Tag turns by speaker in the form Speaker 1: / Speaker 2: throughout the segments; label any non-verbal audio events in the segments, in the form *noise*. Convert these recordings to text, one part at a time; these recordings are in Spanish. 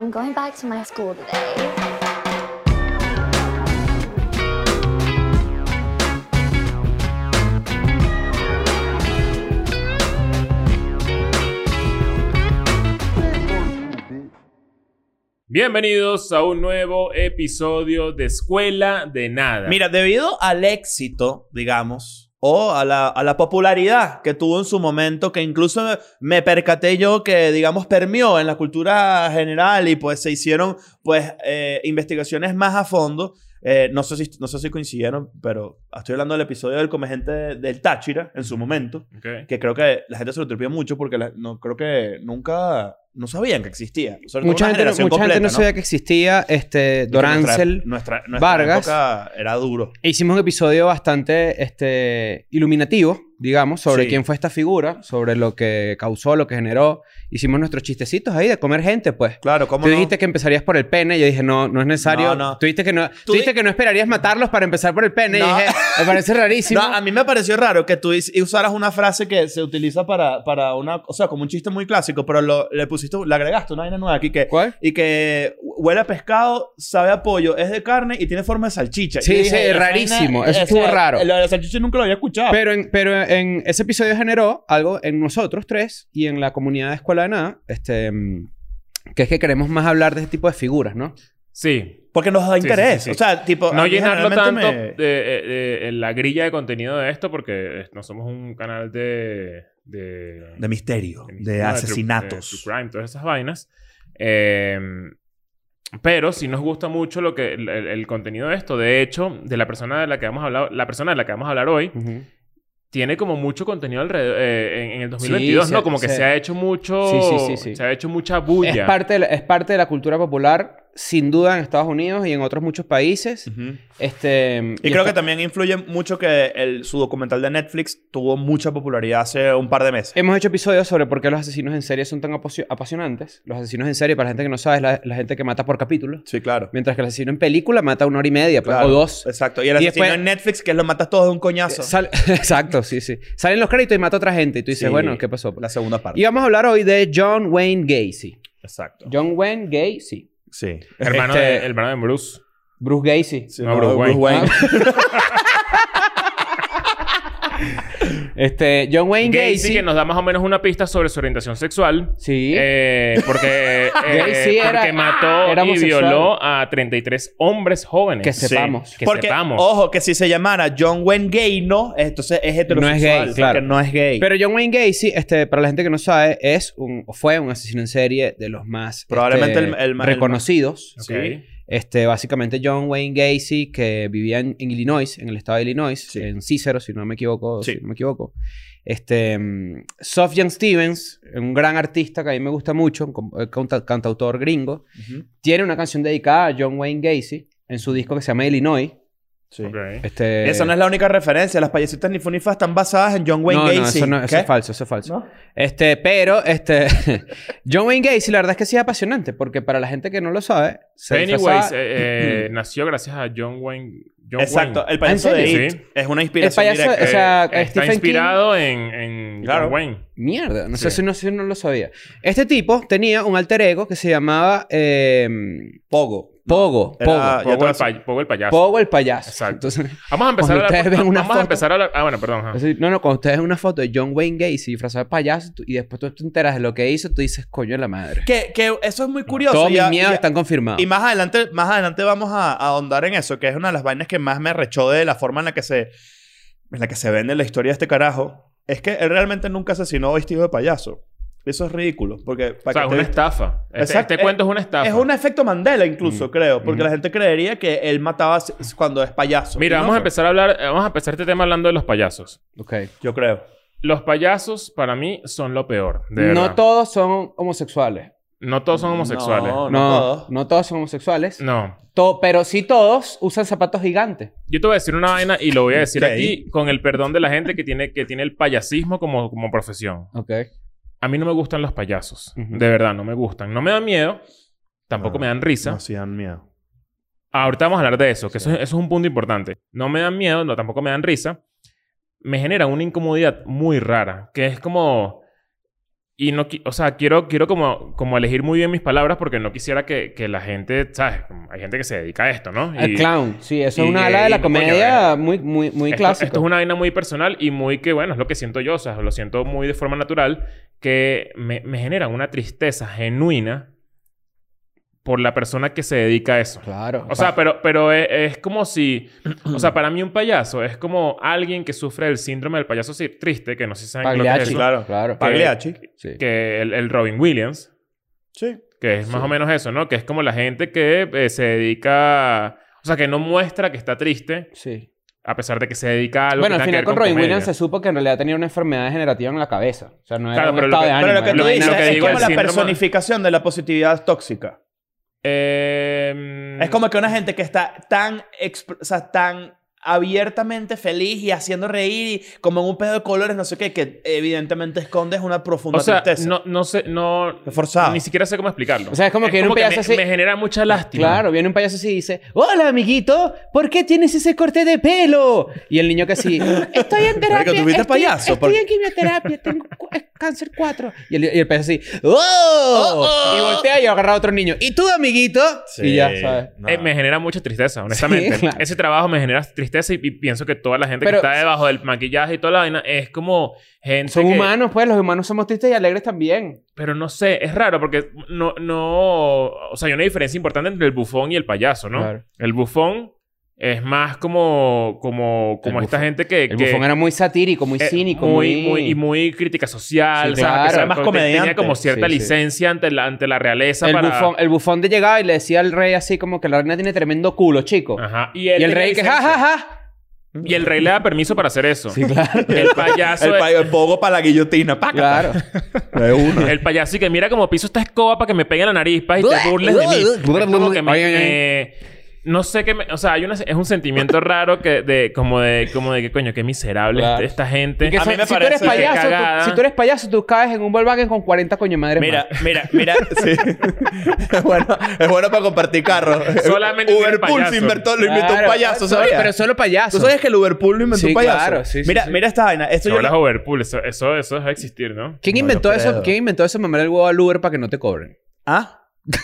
Speaker 1: I'm going back to my school today.
Speaker 2: Bienvenidos a un nuevo episodio de Escuela de Nada.
Speaker 3: Mira, debido al éxito, digamos, o a la, a la popularidad que tuvo en su momento, que incluso me, me percaté yo que, digamos, permeó en la cultura general y pues se hicieron pues eh, investigaciones más a fondo. Eh, no, sé si, no sé si coincidieron, pero estoy hablando del episodio del comegente de- del Táchira en su momento,
Speaker 2: Ok.
Speaker 3: que creo que la gente se lo tripió mucho porque la- no creo que nunca, no sabían que existía. Sobre todo
Speaker 4: Mucha,
Speaker 3: una
Speaker 4: gente, no-
Speaker 3: generación
Speaker 4: mucha gente
Speaker 3: completa,
Speaker 4: no, sabía que existía este, Dorancel.
Speaker 3: nuestra, nuestra
Speaker 4: Vargas.
Speaker 3: época era duro.
Speaker 4: E Hicimos un episodio bastante este, iluminativo, digamos, sobre
Speaker 3: Sí.
Speaker 4: quién fue esta figura, sobre lo que causó, lo que generó. Hicimos nuestros chistecitos ahí de comer gente, pues.
Speaker 3: Claro, ¿cómo
Speaker 4: Tú
Speaker 3: no?
Speaker 4: dijiste que empezarías por el pene. Yo dije, no, no es necesario.
Speaker 3: No, no.
Speaker 4: Tú dijiste que no, tú dijiste que no esperarías matarlos para empezar por el pene.
Speaker 3: No.
Speaker 4: Y dije, me parece rarísimo.
Speaker 3: *laughs* No, a mí me pareció raro que tú is- usaras una frase que se utiliza para, para una... O sea, como un chiste muy clásico, pero lo- le pusiste... Le agregaste una vaina nueva aquí que...
Speaker 4: ¿Cuál?
Speaker 3: Y que huele a pescado, sabe a pollo, es de carne y tiene forma de salchicha.
Speaker 4: Sí,
Speaker 3: Y
Speaker 4: sí,
Speaker 3: "Esa
Speaker 4: rarísimo,
Speaker 3: vaina-
Speaker 4: eso estuvo
Speaker 3: esa-
Speaker 4: raro".
Speaker 3: Lo de la salchicha nunca lo había escuchado.
Speaker 4: Pero en, pero en ese episodio generó algo en nosotros tres y en la comunidad de Escuela de Nada, este, mm, que es que queremos más hablar de este tipo de figuras, ¿no?
Speaker 2: Sí.
Speaker 3: porque nos da
Speaker 2: Sí,
Speaker 3: interés.
Speaker 2: sí, sí, sí.
Speaker 3: O sea, tipo... a
Speaker 2: No
Speaker 3: mí
Speaker 2: llenarlo tanto
Speaker 3: generalmente
Speaker 2: de,
Speaker 3: me-
Speaker 2: eh, eh, en la grilla de contenido de esto porque eh, no somos un canal de... De,
Speaker 3: De misterio,
Speaker 2: de-
Speaker 3: de
Speaker 2: no, true-
Speaker 3: asesinatos.
Speaker 2: de true crime, todas esas vainas. Eh, pero sí nos gusta mucho lo que, el, el- el contenido de esto. De hecho, de la persona de la que vamos a hablar, la persona de la que vamos a hablar hoy, tiene como mucho contenido alrededor eh, en, en el 2022,
Speaker 4: Sí,
Speaker 2: ¿no?
Speaker 4: se-
Speaker 2: Como que se,
Speaker 4: se-
Speaker 2: ha hecho mucho,
Speaker 4: Sí, sí, sí, sí.
Speaker 2: se ha hecho mucha
Speaker 4: Es,
Speaker 2: bulla.
Speaker 4: parte de la, es parte de la cultura popular, sin duda, en Estados Unidos y en otros muchos países.
Speaker 3: Ujú.
Speaker 4: Este,
Speaker 3: Y, creo
Speaker 4: esta-
Speaker 3: que también influye mucho que el, su documental de Netflix tuvo mucha popularidad hace un par de meses.
Speaker 4: Hemos hecho episodios sobre por qué los asesinos en serie son tan aposio- apasionantes. Los asesinos en serie, para la gente que no sabe, es la, la gente que mata por capítulo.
Speaker 3: Sí, claro.
Speaker 4: Mientras que el asesino en película mata una hora y media pues,
Speaker 3: Claro,
Speaker 4: o dos.
Speaker 3: Exacto. Y el
Speaker 4: Y
Speaker 3: asesino
Speaker 4: después-
Speaker 3: en Netflix, que lo matas todos de un coñazo.
Speaker 4: Sale- *laughs* Exacto, sí, sí. Salen los créditos y mata a otra gente. Y tú dices,
Speaker 3: Sí,
Speaker 4: bueno, ¿qué pasó?
Speaker 3: La segunda parte.
Speaker 4: Y vamos a hablar hoy de John Wayne Gacy.
Speaker 3: Exacto.
Speaker 4: John Wayne Gacy.
Speaker 3: Sí.
Speaker 2: hermano,
Speaker 4: Este-
Speaker 2: de, hermano de Bruce.
Speaker 4: Bruce Gacy. Ah.
Speaker 2: No, Bruce Wayne.
Speaker 4: *laughs* Este, John Wayne
Speaker 2: Gacy,
Speaker 4: Gacy.
Speaker 2: que nos da más o menos una pista sobre su orientación sexual.
Speaker 4: Sí.
Speaker 2: Eh,
Speaker 4: *laughs*
Speaker 2: porque, eh,
Speaker 4: Gacy era-
Speaker 2: porque mató
Speaker 4: era
Speaker 2: y
Speaker 4: homosexual.
Speaker 2: violó a 33 hombres jóvenes.
Speaker 4: Que sepamos.
Speaker 2: Que
Speaker 3: Porque,
Speaker 2: sepamos.
Speaker 3: ojo, que si se llamara John Wayne Gay, no, entonces es heterosexual.
Speaker 4: No es gay,
Speaker 3: porque
Speaker 4: claro.
Speaker 3: no es gay.
Speaker 4: Pero John Wayne Gacy, este, para la gente que no sabe, es un, o fue un asesino en serie de los más
Speaker 3: Probablemente
Speaker 4: este,
Speaker 3: el- el más-
Speaker 4: reconocidos.
Speaker 2: Ok.
Speaker 3: sí.
Speaker 4: Este, básicamente John Wayne Gacy, que vivía en, en Illinois, en el estado de Illinois,
Speaker 3: Sí.
Speaker 4: en Cicero, si no me equivoco,
Speaker 3: Sí.
Speaker 4: si no me equivoco. Este, mm, Sufjan Stevens, un gran artista que a mí me gusta mucho, un com- eh, canta- cantautor gringo,
Speaker 3: Ujú.
Speaker 4: tiene una canción dedicada a John Wayne Gacy en su disco que se llama Illinois.
Speaker 3: Sí.
Speaker 2: Ok.
Speaker 4: Este,
Speaker 3: Esa no es la única referencia. Las payasitas ni funifas están basadas en John Wayne
Speaker 4: no,
Speaker 3: Gacy.
Speaker 4: No, eso, no, eso
Speaker 3: ¿Qué?
Speaker 4: es falso, eso es falso.
Speaker 3: ¿No?
Speaker 4: Este, pero, este, *laughs* John Wayne Gacy, la verdad es que sí es apasionante, porque para la gente que no lo sabe, se
Speaker 2: Anyways,
Speaker 4: *clears throat* disfrazaba-
Speaker 2: eh, eh, nació gracias a John Wayne. John
Speaker 3: Exacto.
Speaker 2: Wayne.
Speaker 3: El payaso
Speaker 4: ¿En
Speaker 3: de
Speaker 2: serio?
Speaker 3: It
Speaker 2: Sí.
Speaker 3: es una inspiración
Speaker 4: payaso-
Speaker 3: directa.
Speaker 4: o sea,
Speaker 2: Eh, está
Speaker 4: Stephen King- Ah,
Speaker 2: inspirado en, en
Speaker 3: Claro.
Speaker 2: John Wayne.
Speaker 4: Mierda, no sé
Speaker 2: Sí.
Speaker 4: si no, si no lo sabía. Este tipo tenía un alter ego que se llamaba eh,
Speaker 3: Pogo.
Speaker 4: Pogo.
Speaker 3: Era-
Speaker 4: Pogo.
Speaker 3: Ah, ya te
Speaker 2: Pogo el,
Speaker 3: vas a-
Speaker 2: pay- Pogo el payaso.
Speaker 4: Pogo el payaso.
Speaker 2: Exacto.
Speaker 4: Entonces,
Speaker 2: Vamos a empezar a
Speaker 4: Cuando
Speaker 2: hablar.
Speaker 4: ustedes ven una
Speaker 2: vamos a
Speaker 4: foto-
Speaker 2: empezar a hablar. Ah, bueno, perdón. ajá.
Speaker 4: así, no, no, cuando ustedes ven una foto de John Wayne Gacy disfrazado de payaso tú- y después tú te enteras de lo que hizo, tú dices, coño de la madre.
Speaker 3: Que, que eso es muy curioso.
Speaker 4: Todos
Speaker 3: y a-
Speaker 4: mis miedos
Speaker 3: y a-
Speaker 4: están confirmados.
Speaker 3: Y más adelante, más adelante vamos a, a ahondar en eso, que es una de las vainas que más me rechó de la forma en la que se, en la que se vende la historia de este carajo. Es que él realmente nunca asesinó vestido de payaso. Eso es ridículo, porque
Speaker 2: o
Speaker 3: para
Speaker 2: sea, es
Speaker 3: que
Speaker 2: una
Speaker 3: te-
Speaker 2: estafa. Este,
Speaker 3: Exacto.
Speaker 2: este cuento es una estafa.
Speaker 3: es un efecto Mandela
Speaker 4: Mm.
Speaker 3: incluso, creo, porque la gente creería que él mataba s- cuando es payaso.
Speaker 2: Mira,
Speaker 3: Y no,
Speaker 2: vamos a empezar a hablar. eh, Vamos a empezar este tema hablando de los payasos.
Speaker 4: Ok.
Speaker 3: Yo creo.
Speaker 2: Los payasos, para mí, son lo peor. De
Speaker 4: No
Speaker 2: verdad.
Speaker 4: todos son homosexuales.
Speaker 2: no todos son homosexuales. No.
Speaker 3: No,
Speaker 4: No, no
Speaker 3: todos.
Speaker 4: todos, son homosexuales. To- pero sí todos usan zapatos gigantes.
Speaker 2: Yo te voy a decir una vaina y lo voy a decir
Speaker 3: Ok.
Speaker 2: aquí con el perdón de la gente que tiene, que tiene el payasismo como, como profesión.
Speaker 4: Ok.
Speaker 2: A mí no me gustan los payasos.
Speaker 4: Ujú. Ah.
Speaker 2: De verdad, no me gustan. No me dan miedo. Tampoco
Speaker 3: No,
Speaker 2: me dan risa.
Speaker 3: No, sí, dan miedo.
Speaker 2: Ahorita vamos a hablar de eso, que eso, es- eso es un punto importante. No me dan miedo, no, tampoco me dan risa. Me genera una incomodidad muy rara, que es como... Y no, qui- o sea, quiero, quiero como, como elegir muy bien mis palabras porque no quisiera que, que la gente, ¿sabes? Como Hay gente que se dedica a esto, ¿no?
Speaker 4: El
Speaker 2: Y
Speaker 4: clown. Sí, eso es
Speaker 2: y-
Speaker 4: una ala de
Speaker 2: y
Speaker 4: la
Speaker 2: no, coño,
Speaker 4: comedia muy, muy, muy
Speaker 2: esto,
Speaker 4: clásica.
Speaker 2: esto es una vaina muy personal y muy que, bueno, es lo que siento yo, o sea, lo siento muy de forma natural, que me, me genera una tristeza genuina por la persona que se dedica a eso.
Speaker 4: Claro.
Speaker 2: O sea, pero, pero es, es como si... O sea, para mí un payaso es como alguien que sufre el síndrome del payaso sí- triste, que no sé si saben lo que es
Speaker 4: Pagliacci.
Speaker 2: eso.
Speaker 3: claro.
Speaker 4: Claro.
Speaker 3: Pagliacci.
Speaker 4: Sí.
Speaker 2: Que el, el Robin Williams,
Speaker 3: Sí.
Speaker 2: que es más o menos eso, ¿no? Que es como la gente que eh, se dedica... O sea, que no muestra que está triste
Speaker 4: Sí.
Speaker 2: a pesar de que se dedica a algo
Speaker 4: Bueno,
Speaker 2: que
Speaker 4: al
Speaker 2: tenga que
Speaker 4: final
Speaker 2: ver
Speaker 4: con Robin
Speaker 2: comedia.
Speaker 4: Williams se supo que en realidad tenía una enfermedad degenerativa en la cabeza. O sea, no era
Speaker 2: Claro,
Speaker 4: un
Speaker 2: pero lo
Speaker 4: estado
Speaker 2: que-
Speaker 4: de
Speaker 2: pero
Speaker 4: ánimo.
Speaker 3: Pero lo que
Speaker 4: era
Speaker 3: tú
Speaker 4: una
Speaker 3: dices
Speaker 2: lo que
Speaker 4: vaina-
Speaker 3: es
Speaker 2: digo,
Speaker 3: como
Speaker 2: el
Speaker 3: la
Speaker 2: síndrome-
Speaker 3: personificación de la positividad tóxica.
Speaker 2: Eh,
Speaker 3: Es como que una gente que está tan, exp- o sea, tan abiertamente feliz y haciendo reír y como en un pedo de colores, no sé qué, que evidentemente escondes una profunda
Speaker 2: O sea,
Speaker 3: tristeza.
Speaker 2: no, no sé, no...
Speaker 3: Es forzado.
Speaker 2: Ni siquiera sé cómo explicarlo.
Speaker 4: Ah. O sea, es como que viene un
Speaker 2: me,
Speaker 4: payaso así-
Speaker 2: me genera mucha lástima.
Speaker 4: Claro, viene un payaso así y dice, hola amiguito, ¿por qué tienes ese corte de pelo? Y el niño que así, estoy en terapia,
Speaker 3: tú fuiste
Speaker 4: estoy,
Speaker 3: payaso,
Speaker 4: estoy
Speaker 3: porque-
Speaker 4: en quimioterapia, tengo cu- eh, cáncer 4. Y el, y el payaso así, ¡oh! Y voltea y agarra a otro niño, ¿y tú amiguito? Y ya, ¿sabes?
Speaker 2: Eh, me genera mucha tristeza, honestamente.
Speaker 4: Sí, *laughs* claro.
Speaker 2: Ese trabajo me genera tristeza y, y pienso que toda la gente
Speaker 4: Pero-
Speaker 2: que está debajo del maquillaje y toda la vaina es como gente
Speaker 4: Son
Speaker 2: que-
Speaker 4: humanos, pues, los humanos somos tristes y alegres también.
Speaker 2: Pero no sé, es raro porque no, no... O sea, hay una diferencia importante entre el bufón y el payaso, ¿no?
Speaker 4: Claro.
Speaker 2: El bufón es más como, como, como
Speaker 4: El
Speaker 2: esta
Speaker 4: bufón.
Speaker 2: gente que...
Speaker 4: El
Speaker 2: que-
Speaker 4: bufón era muy satírico, muy
Speaker 2: eh,
Speaker 4: cínico,
Speaker 2: muy,
Speaker 4: muy...
Speaker 2: muy- y muy crítica social,
Speaker 4: Sí,
Speaker 2: ¿sabes?
Speaker 4: claro.
Speaker 2: Que sea-
Speaker 4: Más
Speaker 2: que
Speaker 3: comediante.
Speaker 2: Tenía como cierta
Speaker 4: Sí, sí.
Speaker 2: licencia ante la, ante la realeza
Speaker 4: el,
Speaker 2: para...
Speaker 4: bufón, el bufón de llegaba y le decía al rey así como que la reina tiene tremendo culo, chico.
Speaker 2: Ajá. Y, él
Speaker 4: Y el
Speaker 2: tenía
Speaker 4: rey que,
Speaker 2: licencia.
Speaker 4: ja, ja, ja.
Speaker 2: Y el rey le da permiso para hacer eso.
Speaker 4: Sí, *laughs* claro.
Speaker 2: El payaso...
Speaker 3: el, pa- el pogo para la guillotina. ¡paca!
Speaker 4: Claro.
Speaker 3: De una.
Speaker 2: El payaso y que mira como piso esta escoba para que me pegue en la nariz pa, y te burles de mí. Es como que me-
Speaker 4: Ay, ay, ay.
Speaker 2: eh, no sé qué me- O sea, hay una, es un sentimiento raro que de... Como de... Como de que coño, qué miserable este,
Speaker 4: Claro.
Speaker 2: esta gente.
Speaker 4: Y que
Speaker 3: A
Speaker 4: son-
Speaker 3: mí me
Speaker 4: si
Speaker 3: parece
Speaker 4: tú eres
Speaker 2: que
Speaker 4: payaso,
Speaker 2: cagada.
Speaker 4: tú, si tú eres payaso, tú caes en un Volkswagen con 40 coño madres
Speaker 3: Mira,
Speaker 4: más.
Speaker 3: mira, mira. *laughs* Sí. es, bueno, es bueno para compartir carros.
Speaker 2: Solamente si eres
Speaker 3: Uberpool
Speaker 2: payaso.
Speaker 3: se inventó, lo inventó
Speaker 4: Claro.
Speaker 3: un payaso,
Speaker 4: Solo-
Speaker 3: ¿sabías?
Speaker 4: Pero solo payaso.
Speaker 3: ¿Tú sabías que el Uberpool lo inventó
Speaker 4: Sí,
Speaker 3: un payaso?
Speaker 4: claro, sí, sí,
Speaker 3: Mira,
Speaker 4: sí.
Speaker 3: mira esta vaina. Esto yo
Speaker 2: Ahora es
Speaker 3: lo-
Speaker 2: Overpool. Eso, eso, eso debe existir, ¿no?
Speaker 4: ¿Quién
Speaker 3: No,
Speaker 4: inventó
Speaker 3: yo
Speaker 4: eso?
Speaker 3: creo.
Speaker 4: ¿Quién inventó eso mamar el huevo al Uber para que no te cobren?
Speaker 3: ¿Ah? *laughs*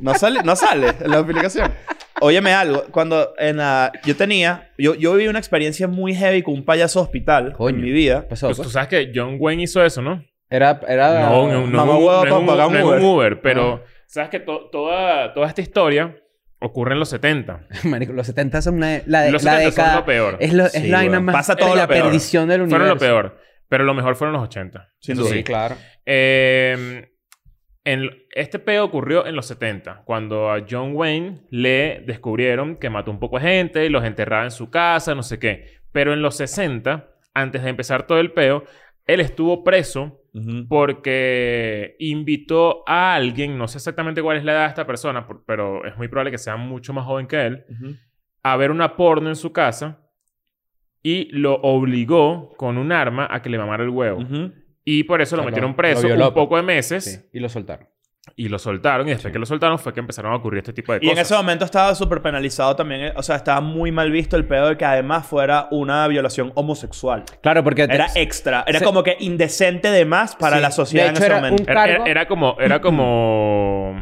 Speaker 3: no sale, no sale en la aplicación. Óyeme algo. Cuando en la... Yo tenía... Yo, yo viví una experiencia muy heavy con un payaso hospital
Speaker 4: Coño.
Speaker 3: en mi vida.
Speaker 4: ¿Qué pasó?
Speaker 2: Pues tú sabes que John Wayne hizo eso, ¿no?
Speaker 4: Era, era...
Speaker 2: No, no, no,
Speaker 3: Mamá
Speaker 2: no,
Speaker 3: huevo
Speaker 2: no
Speaker 3: para
Speaker 2: es un,
Speaker 3: pagar un
Speaker 2: no es un
Speaker 3: Uber.
Speaker 2: Uber. Pero
Speaker 4: Ah.
Speaker 2: sabes que to- toda, toda esta historia ocurre en los 70.
Speaker 4: *laughs* Marico, los 70 son la, la, de-
Speaker 2: Los
Speaker 4: la
Speaker 2: 70 son
Speaker 4: década...
Speaker 2: lo peor.
Speaker 4: Es, lo- es
Speaker 3: Sí,
Speaker 4: la vaina
Speaker 3: weón.
Speaker 4: más...
Speaker 3: Pasa todo
Speaker 4: la
Speaker 3: lo peor.
Speaker 4: perdición del universo.
Speaker 2: Fueron lo peor. Pero lo mejor fueron los 80.
Speaker 3: Sin
Speaker 2: Eso
Speaker 3: duda.
Speaker 2: sí.
Speaker 4: Sí, claro.
Speaker 2: Eh, en- este peo ocurrió en los 70, cuando a John Wayne le descubrieron que mató un poco de gente y los enterraba en su casa, no sé qué. Pero en los 60, antes de empezar todo el peo, él estuvo preso
Speaker 3: Ujú.
Speaker 2: porque invitó a alguien, no sé exactamente cuál es la edad de esta persona, por- pero es muy probable que sea mucho más joven que él,
Speaker 3: Ujú.
Speaker 2: a ver una porno en su casa y lo obligó con un arma a que le mamara el huevo.
Speaker 3: Ujú.
Speaker 2: Y por eso lo
Speaker 4: O sea, lo-
Speaker 2: metieron
Speaker 4: lo
Speaker 2: preso
Speaker 4: violó,
Speaker 2: un poco de meses
Speaker 4: Sí, y lo soltaron.
Speaker 2: y lo soltaron. Y después que lo soltaron fue que empezaron a ocurrir este tipo de
Speaker 3: Y en
Speaker 2: cosas.
Speaker 3: ese momento estaba súper penalizado también. eh, O sea, estaba muy mal visto el pedo de que además fuera una violación homosexual.
Speaker 4: Claro, porque... te-
Speaker 3: Era extra. Era
Speaker 4: Se-
Speaker 3: como que indecente de más para
Speaker 4: Sí.
Speaker 3: la sociedad
Speaker 4: De hecho,
Speaker 3: en ese
Speaker 4: era
Speaker 3: momento.
Speaker 4: un-
Speaker 2: era, era-
Speaker 4: cargo.
Speaker 2: era como... Era como...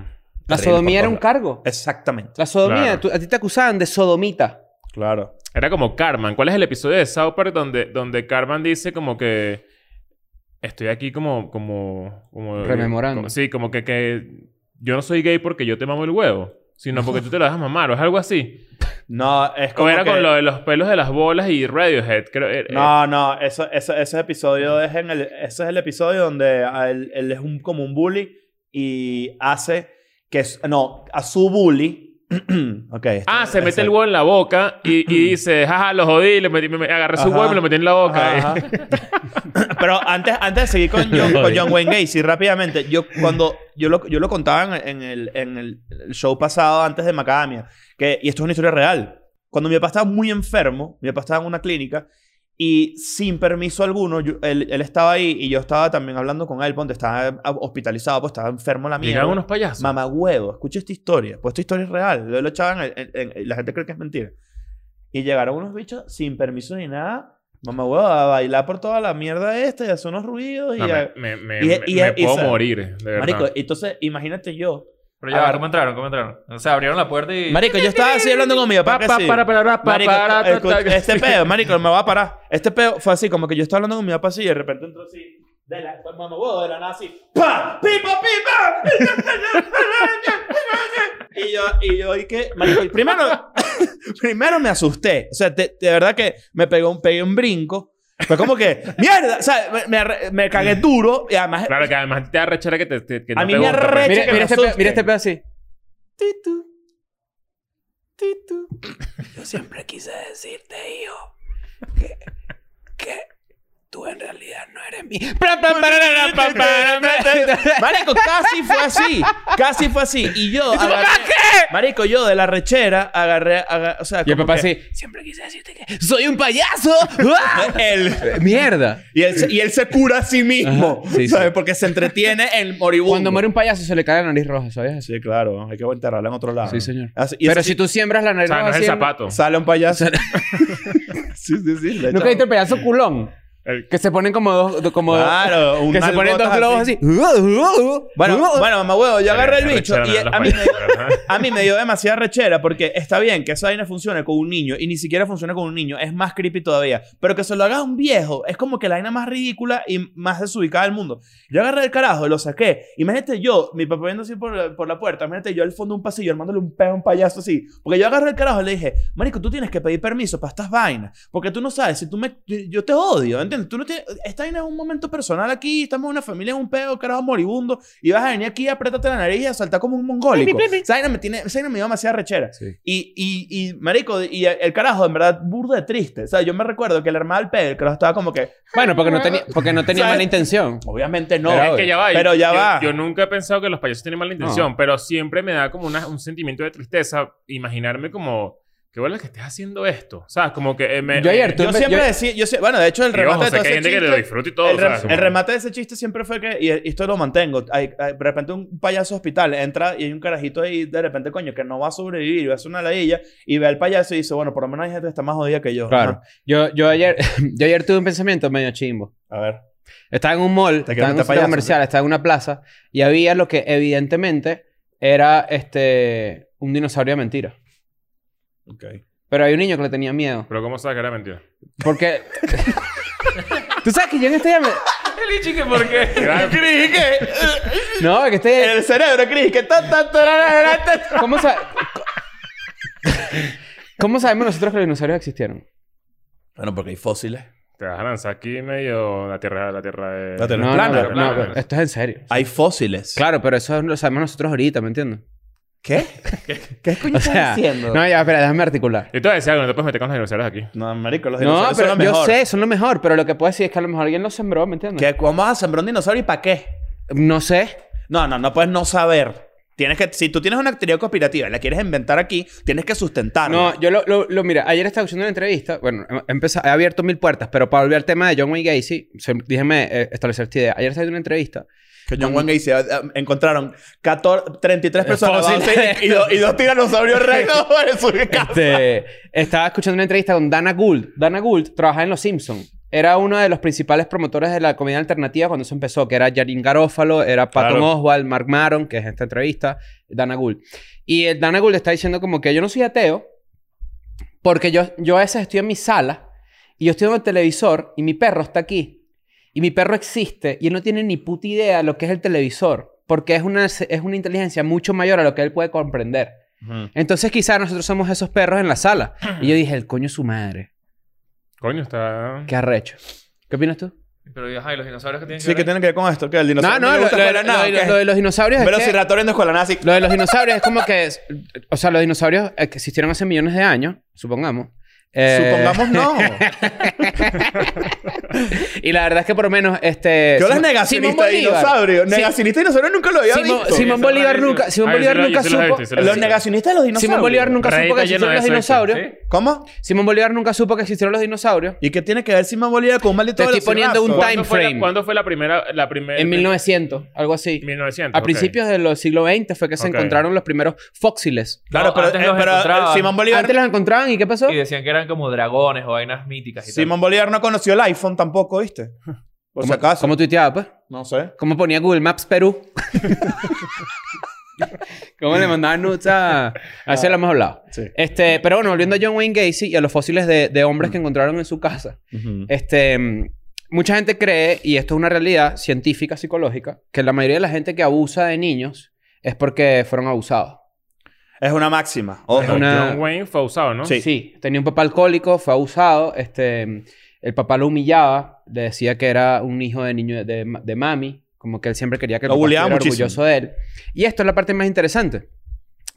Speaker 4: la
Speaker 3: Terrible,
Speaker 4: sodomía
Speaker 3: por
Speaker 4: era un
Speaker 3: favor.
Speaker 4: cargo.
Speaker 3: Exactamente.
Speaker 4: La sodomía,
Speaker 2: Claro.
Speaker 4: tú- a ti te acusaban de sodomita.
Speaker 3: Claro.
Speaker 2: Era como Carmen. ¿Cuál es el episodio de South Park donde, donde Carmen dice como que... Estoy aquí como... como, como
Speaker 4: Rememorando.
Speaker 2: como- sí, como que, que... Yo no soy gay porque yo te mamo el huevo. Sino porque tú te lo dejas mamar. O es algo así.
Speaker 3: No, es como
Speaker 2: Como era
Speaker 3: que-
Speaker 2: con lo de los pelos de las bolas y Radiohead. Creo, eh, eh,
Speaker 3: No, no. Eso, eso- ese episodio es en el... Ese es el episodio donde a él, él es un, como un bully y hace que... s- No, a su bully... *clears throat* ok. esto-
Speaker 2: Ah, se mete el
Speaker 3: exacto.
Speaker 2: huevo en la boca y, y dice, jaja, lo jodí, le metí, me, me- agarré su
Speaker 3: Ajá.
Speaker 2: huevo y me lo metí en la boca.
Speaker 3: Ajá, ajá. *laughs* Pero antes, antes de seguir con John, con John Wayne Gacy, rápidamente, yo cuando yo lo, yo lo contaba en, en el, en el- el show pasado antes de Macadamia, que, y esto es una historia real. Cuando mi papá estaba muy enfermo, mi papá estaba en una clínica y sin permiso alguno, yo- él, él estaba ahí y yo estaba también hablando con él, ponte, estaba ah, hospitalizado, pues estaba enfermo la mierda.
Speaker 2: Llegaban unos payasos.
Speaker 3: Mamá huevo, escucha esta historia. Pues esta historia es real. Yo lo echaban, en- en- en- la gente cree que es mentira. Y llegaron unos bichos sin permiso ni nada Mamá huevo, a bailar por toda la mierda esta y hacer unos ruidos y...
Speaker 2: No,
Speaker 3: a-
Speaker 2: me, me, me,
Speaker 3: y-
Speaker 2: me-
Speaker 3: y-
Speaker 2: me
Speaker 3: y-
Speaker 2: puedo
Speaker 3: y-
Speaker 2: morir, de verdad.
Speaker 3: Marico, entonces imagínate yo.
Speaker 5: Pero ya,
Speaker 3: Agar-
Speaker 5: ¿cómo entraron? ¿Cómo entraron? O sea, abrieron la puerta y...
Speaker 3: Marico, yo estaba así hablando con mi papá. que sí. Marico, escucha, este peo, marico, me va a parar. *laughs* Este peo fue así, como que yo estaba hablando con mi papá así y de repente entró así. De la, pues, mamá, huevo, de la nada así. ¡Pa! ¡Pipa, pipa! *laughs* y yo, y yo, y que... Marico, y primero, *laughs* primero me asusté. O sea, te- de verdad que me pegó un, pegué un brinco. Fue como que, ¡mierda! O sea, me, me, arre- me cagué duro y además...
Speaker 2: Claro que además te arrechera que te. te- que
Speaker 3: A
Speaker 2: no
Speaker 3: mí
Speaker 2: te
Speaker 3: me
Speaker 2: gusta, pues.
Speaker 3: arrecha.
Speaker 4: Mira,
Speaker 3: que
Speaker 4: mira
Speaker 3: me
Speaker 4: este, pe-
Speaker 3: asusten.
Speaker 4: mira este pedo así.
Speaker 3: Titu. Titu. Yo siempre quise decirte, hijo, que, que tú en realidad no eres mi... *laughs* Marico, casi fue así. Casi fue así. Y yo... agarré- Marico, yo de la rechera agarré... aga- o sea,
Speaker 4: Y el
Speaker 3: como
Speaker 4: papá
Speaker 3: que-
Speaker 4: así. Siempre quise decirte que soy un *laughs* payaso. ¡Ah!
Speaker 3: Él-
Speaker 4: Mierda.
Speaker 3: y, él, se- y él se cura a sí mismo.
Speaker 4: Ajá, sí,
Speaker 3: ¿Sabes?
Speaker 4: sí.
Speaker 3: Porque se entretiene el moribundo.
Speaker 4: Cuando muere un payaso se le cae la nariz roja, ¿sabes?
Speaker 3: Sí, claro. Hay que enterrarla en otro lado.
Speaker 4: Sí, señor.
Speaker 3: Así- y
Speaker 4: Pero
Speaker 3: así-
Speaker 4: si tú siembras la
Speaker 2: O
Speaker 4: nariz
Speaker 2: sea, no
Speaker 4: roja.
Speaker 2: es el
Speaker 4: siempre-
Speaker 2: zapato.
Speaker 3: Sale un payaso. *laughs* sí, sí, sí. le
Speaker 4: Nunca
Speaker 3: echamos-
Speaker 4: viste el payaso culón.
Speaker 2: El-
Speaker 4: Que se ponen como dos. do- Como
Speaker 3: Claro,
Speaker 4: que se ponen dos globos así. *laughs*
Speaker 3: Bueno, bueno, mamá huevo, yo agarré el
Speaker 2: Arrechera me
Speaker 3: bicho y
Speaker 2: da los
Speaker 3: a mí, me,
Speaker 2: países, ¿verdad?
Speaker 3: *laughs* a mí me dio demasiada rechera porque está bien que esa vaina funcione con un niño y ni siquiera funciona con un niño, es más creepy todavía. Pero que se lo haga a un viejo es como que la vaina más ridícula y más desubicada del mundo. Yo agarré el carajo, lo saqué. Imagínate yo, mi papá viendo así por, por la puerta, imagínate yo al fondo de un pasillo armándole un pedo a un payaso así. Porque yo agarré el carajo y le dije, Marico, tú tienes que pedir permiso para estas vainas. Porque tú no sabes, si tú me. Yo te odio, ¿entiendes? Tú no tienes. Esta vaina es un momento personal aquí, estamos en una familia, es un pedo, carajo moribundo, y vas a venir aquí, apretarte la nariz y a saltar como un mongólico. Esa vaina me, tiene, esa vaina me dio demasiada rechera.
Speaker 4: Sí.
Speaker 3: Y, y, y, Marico, y el carajo, en verdad, burda de triste. O sea, yo me recuerdo que el hermano del pedo, el carajo estaba como que.
Speaker 4: Bueno, porque no tenía, porque no
Speaker 2: *laughs*
Speaker 4: tenía
Speaker 3: ¿Sabes?
Speaker 4: mala intención.
Speaker 3: Obviamente no.
Speaker 2: Pero es
Speaker 3: güey,
Speaker 2: que ya va.
Speaker 3: Pero
Speaker 2: yo-
Speaker 3: ya
Speaker 2: yo,
Speaker 3: va.
Speaker 2: Yo nunca he pensado que los payasos tienen mala intención, pero siempre me da como una- un sentimiento de tristeza imaginarme como. ¿Qué bolas que estés haciendo esto? ¿Sabes? Como que eh, me.
Speaker 4: Yo ayer
Speaker 2: eh,
Speaker 4: tú-
Speaker 3: yo
Speaker 4: me-
Speaker 3: siempre
Speaker 4: yo-
Speaker 3: decía, yo sé, bueno, de hecho el
Speaker 2: y
Speaker 3: remate
Speaker 2: ojo,
Speaker 3: de
Speaker 2: sé
Speaker 3: todo
Speaker 2: que hay
Speaker 3: ese
Speaker 2: gente que lo
Speaker 3: chiste-
Speaker 2: disfruta y todo.
Speaker 3: el, rem-
Speaker 2: ¿sabes? Como-
Speaker 3: el remate de ese chiste siempre fue que, y y esto lo mantengo, hay- hay- de repente un payaso hospital entra y hay un carajito ahí, de repente, coño, que no va a sobrevivir, va a hacer una ladilla, y ve al payaso y dice, bueno, por lo menos hay gente que está más jodida que yo.
Speaker 4: Claro.
Speaker 3: Ajá.
Speaker 4: Yo, yo, ayer, *laughs* yo ayer tuve un pensamiento medio chimbo.
Speaker 3: A ver.
Speaker 4: Estaba en un mall,
Speaker 3: Te
Speaker 4: estaba en
Speaker 3: quedaste
Speaker 4: un centro
Speaker 3: payaso,
Speaker 4: comercial, estaba en una plaza y había lo que evidentemente era este un dinosaurio de mentira.
Speaker 3: Ok.
Speaker 4: Pero hay un niño que le tenía miedo.
Speaker 2: Pero ¿cómo sabes que era
Speaker 5: *laughs*
Speaker 2: mentira?
Speaker 3: *laughs*
Speaker 4: Porque. Tú sabes que yo en este día me-
Speaker 5: El Ichi que
Speaker 2: *laughs*
Speaker 5: por qué.
Speaker 2: Era-
Speaker 3: Cris, que
Speaker 4: No, que
Speaker 3: en *laughs*
Speaker 4: este.
Speaker 3: el cerebro, Cris, que ta, ta, ta, ra, ra, ra, ta, ta.
Speaker 4: ¿Cómo, sa- ¿Cómo sabemos nosotros que los dinosaurios existieron?
Speaker 3: Bueno, porque hay fósiles.
Speaker 2: Te vas a lanzar aquí medio la tierra, la tierra de.
Speaker 3: La tierra. Pero
Speaker 4: no,
Speaker 3: es plana,
Speaker 4: no,
Speaker 2: es plana.
Speaker 4: no, pero esto es en serio.
Speaker 3: Hay fósiles.
Speaker 4: Claro, pero eso lo sabemos nosotros ahorita, ¿me entiendes?
Speaker 3: ¿Qué? ¿Qué coño
Speaker 4: O sea,
Speaker 3: estás diciendo?
Speaker 4: no, ya, espera, déjame articular.
Speaker 2: Y te voy a decir algo, no te puedes meter con los dinosaurios aquí.
Speaker 3: No, marico, los
Speaker 4: No,
Speaker 3: dinosaurios
Speaker 4: pero
Speaker 3: son lo
Speaker 4: yo
Speaker 3: mejor.
Speaker 4: sé, son lo mejor, pero lo que puedo decir es que a lo mejor alguien lo sembró, ¿me entiendes?
Speaker 3: ¿Que, ¿Cómo vas a sembrar un dinosaurio y para qué?
Speaker 4: No sé.
Speaker 3: No, no, no puedes no saber. Tienes que, si tú tienes una teoría conspirativa y la quieres inventar aquí, tienes que sustentarla.
Speaker 4: No, yo lo, lo, lo- mira, ayer estaba haciendo una entrevista, bueno, he, empeza- he abierto mil puertas, pero para volver al tema de John Wayne Gacy, se- déjeme eh, establecer esta idea. Ayer estaba haciendo una entrevista
Speaker 3: Que
Speaker 4: mm.
Speaker 3: John Wayne dice, ah, ah, encontraron 14, 33 personas
Speaker 4: fósil.
Speaker 3: bajo- y, y dos- y dos
Speaker 4: *laughs*
Speaker 3: tiranosaurios rectos en su casa.
Speaker 4: Este, estaba escuchando una entrevista con Dana Gould. Dana Gould trabajaba en Los Simpsons. Era uno de los principales promotores de la comedia alternativa cuando eso empezó, que era Jarin Garófalo, era Patton
Speaker 2: Claro.
Speaker 4: Oswald, Mark Maron, que es esta entrevista, Dana Gould. Y eh, Dana Gould está diciendo como que yo no soy ateo porque yo, yo a veces estoy en mi sala y yo estoy en el televisor y mi perro está aquí. Y mi perro existe y él no tiene ni puta idea de lo que es el televisor porque es una, es una inteligencia mucho mayor a lo que él puede comprender. Entonces quizás nosotros somos esos perros en la sala. Y yo *laughs* dije, el coño es su madre.
Speaker 2: Coño, está.
Speaker 4: Qué arrecho. ¿Qué opinas tú?
Speaker 5: Pero, ajá, ¿y los dinosaurios que tienen
Speaker 3: Sí, que
Speaker 5: ver?
Speaker 3: tiene que ver con esto, que el
Speaker 4: No,
Speaker 3: dinosaurio
Speaker 4: no,
Speaker 3: le
Speaker 4: lo,
Speaker 3: gusta
Speaker 4: lo-
Speaker 3: escuela
Speaker 4: lo-
Speaker 3: nada,
Speaker 4: lo-
Speaker 3: ¿o qué?
Speaker 4: lo de los dinosaurios es que-
Speaker 3: Velociraptor en escuela nazi.
Speaker 4: Lo de los dinosaurios es como que... es- o sea, los dinosaurios eh, que existieron hace millones de años, supongamos. Eh,
Speaker 3: Supongamos
Speaker 4: *laughs*
Speaker 3: no.
Speaker 4: Y la verdad es que por lo menos este...
Speaker 3: Yo las
Speaker 4: Simón- Simón
Speaker 3: negacionistas de
Speaker 4: Bolívar.
Speaker 3: dinosaurios.
Speaker 4: Sí,
Speaker 3: Negacionista de dinosaurios nunca lo había
Speaker 4: Simón-
Speaker 3: visto.
Speaker 4: Simón
Speaker 5: Eso
Speaker 4: Bolívar
Speaker 5: es rarísimo.
Speaker 4: nunca... Simón
Speaker 2: Ah, yo
Speaker 4: Bolívar
Speaker 2: sí lo- yo
Speaker 4: nunca
Speaker 2: sí lo he
Speaker 4: supo...
Speaker 2: visto, yo sí lo he
Speaker 3: Los
Speaker 2: visto.
Speaker 3: negacionistas de los dinosaurios.
Speaker 4: Simón Bolívar nunca
Speaker 2: Reddit
Speaker 4: supo que
Speaker 2: está lleno
Speaker 4: existieron
Speaker 2: de
Speaker 4: los
Speaker 2: eso,
Speaker 4: dinosaurios.
Speaker 5: ¿Sí?
Speaker 3: ¿Cómo?
Speaker 4: Simón Bolívar nunca supo que existieron los dinosaurios.
Speaker 3: ¿Y qué tiene que ver Simón Bolívar con un maldito
Speaker 4: Te estoy poniendo un
Speaker 3: velociraptor?
Speaker 4: time
Speaker 2: ¿Cuándo fue, la,
Speaker 4: frame.
Speaker 2: ¿Cuándo fue la primera.? La primera
Speaker 4: En 1900, algo así.
Speaker 2: 1900.
Speaker 4: A
Speaker 2: ok.
Speaker 4: principios de los siglo XX fue que se
Speaker 2: Ok.
Speaker 4: encontraron los primeros fósiles.
Speaker 3: Claro,
Speaker 5: No,
Speaker 3: pero,
Speaker 5: antes
Speaker 3: eh,
Speaker 5: los
Speaker 3: pero, eh,
Speaker 5: encontraban.
Speaker 3: Simón Bolívar
Speaker 4: Antes los encontraban y ¿qué pasó?
Speaker 5: Y decían que eran eran como dragones o vainas míticas y
Speaker 3: Simón Bolívar no conoció el iPhone tampoco, ¿viste? Por si
Speaker 4: ¿Cómo-
Speaker 3: acaso.
Speaker 4: ¿Cómo tuiteaba, pues?
Speaker 3: No sé.
Speaker 4: ¿Cómo ponía Google Maps Perú? ¿Cómo le mandaban nudes a...? A eso ya lo hemos hablado.
Speaker 3: Sí.
Speaker 4: Este, pero bueno, volviendo a John Wayne Gacy y a los fósiles de, de hombres que encontraron en su casa. Este, mm, mucha gente cree, y esto es una realidad científica, psicológica, que la mayoría de la gente que abusa de niños es porque fueron abusados.
Speaker 3: Es una máxima. Ojo.
Speaker 4: Es una-
Speaker 2: John Wayne fue usado, ¿no?
Speaker 3: Sí.
Speaker 4: Tenía un papá alcohólico, fue abusado. Este, el papá lo humillaba. Le decía que era un hijo de niño de, de mami. Como que él siempre quería que el
Speaker 3: Lo
Speaker 4: papá
Speaker 3: bulleaba
Speaker 4: estuviera
Speaker 3: muchísimo.
Speaker 4: orgulloso de él. Y esto es la parte más interesante.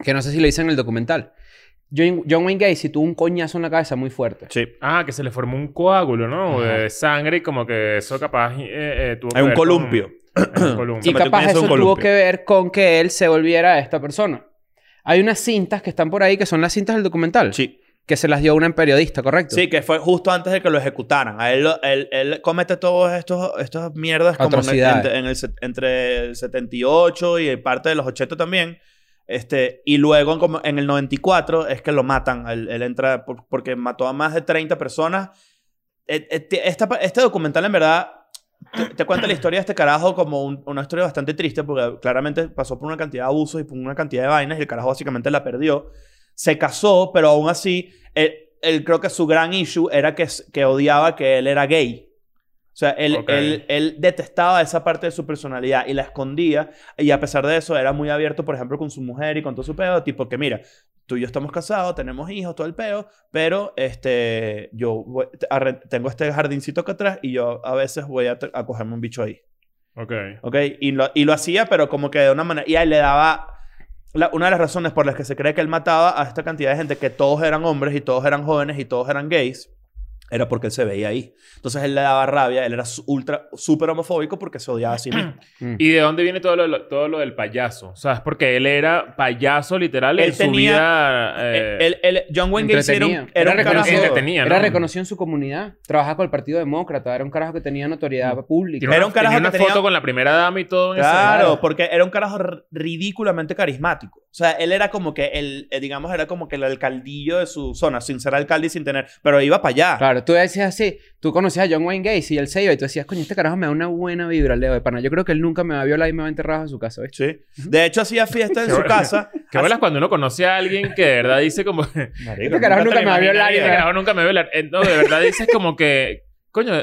Speaker 4: Que no sé si lo dicen en el documental. John, John Wayne Gacy tuvo un coñazo en la cabeza muy fuerte.
Speaker 3: Sí.
Speaker 2: Ah, que se le formó un coágulo, ¿no?
Speaker 4: Ajá.
Speaker 2: De sangre y como que eso capaz eh, eh, tuvo que
Speaker 3: Hay un
Speaker 2: ver con-
Speaker 3: columpio.
Speaker 2: Hay
Speaker 3: *clears throat*
Speaker 2: un columpio.
Speaker 3: Se metió
Speaker 4: Y capaz
Speaker 3: un coñazo
Speaker 4: eso
Speaker 3: en un
Speaker 4: tuvo
Speaker 3: columpio.
Speaker 4: que ver con que él se volviera esta persona. Hay unas cintas que están por ahí que son las cintas del documental.
Speaker 3: Sí.
Speaker 4: Que se las dio una periodista, ¿correcto?
Speaker 3: Sí, que fue justo antes de que lo ejecutaran. A él, lo- él, él comete todos estos estas mierdas como en el,
Speaker 4: Atrocidades.
Speaker 3: en- en el set- entre el 78 y parte de los 80 también. Este, y luego como en el 94 es que lo matan. Él, él entra por- porque mató a más de 30 personas. Et- et- esta pa- este documental en verdad te, te cuenta la historia de este carajo como un- una historia bastante triste porque claramente pasó por una cantidad de abusos y por una cantidad de vainas y el carajo básicamente la perdió. Se casó, pero aún así, él, él creo que su gran issue era que, s- que odiaba que él era gay. O sea, él,
Speaker 2: Ok.
Speaker 3: él, él detestaba esa parte de su personalidad y la escondía. Y a pesar de eso, era muy abierto, por ejemplo, con su mujer y con todo su pedo. Tipo que, mira, tú y yo estamos casados, tenemos hijos, todo el peo, pero este, yo voy- te- arre- tengo este jardincito acá atrás y yo a veces voy a, tra- a cogerme un bicho ahí,
Speaker 2: Ok.
Speaker 3: ¿ok? Y lo, y lo hacía, pero como que de una manera... Y ahí le daba... la- una de las razones por las que se cree que él mataba a esta cantidad de gente, que todos eran hombres y todos eran jóvenes y todos eran gays, era porque él se veía ahí. Entonces él le daba rabia, él era su- ultra, súper homofóbico porque se odiaba a sí mismo.
Speaker 4: Mm.
Speaker 2: ¿Y de dónde viene todo lo, lo- todo lo del payaso? O sea, es porque él era payaso literal
Speaker 3: Él
Speaker 2: en su
Speaker 3: tenía-
Speaker 2: vida... eh,
Speaker 3: El- el- el- John Wayne Gacy era un,
Speaker 4: Entretenía.
Speaker 3: era
Speaker 4: Era
Speaker 3: un
Speaker 4: reconocido.
Speaker 3: carajo-
Speaker 2: Entretenía, ¿no?
Speaker 4: Era reconocido en su comunidad. Trabajaba con el Partido Demócrata. Era un carajo que tenía notoriedad pública.
Speaker 2: tiene
Speaker 3: era
Speaker 2: una-
Speaker 3: un carajo
Speaker 2: tenía una
Speaker 3: que tenía-
Speaker 2: foto con la primera dama y todo en ese-
Speaker 3: Claro,
Speaker 4: Claro.
Speaker 3: porque era un carajo r- ridículamente carismático. O sea, él era como que el, eh, digamos, era como que el alcaldillo de su zona, sin ser alcalde y sin tener, pero iba para allá.
Speaker 4: Claro, tú decías así, tú conocías a John Wayne Gacy y él se iba y tú decías, coño, este carajo me da una buena vibra, Leo de pana. Yo creo que él nunca me va a violar y me va a enterrar en su casa, ¿viste?
Speaker 3: Sí. De hecho, hacía fiesta en
Speaker 2: Qué
Speaker 3: su
Speaker 2: bueno.
Speaker 3: casa.
Speaker 2: Que vuelas cuando uno conoce a alguien que de verdad dice como... *laughs* Este
Speaker 4: Este carajo nunca me va a violar y me va
Speaker 2: carajo nunca me viola. Eh, No, de verdad dices como que... Coño,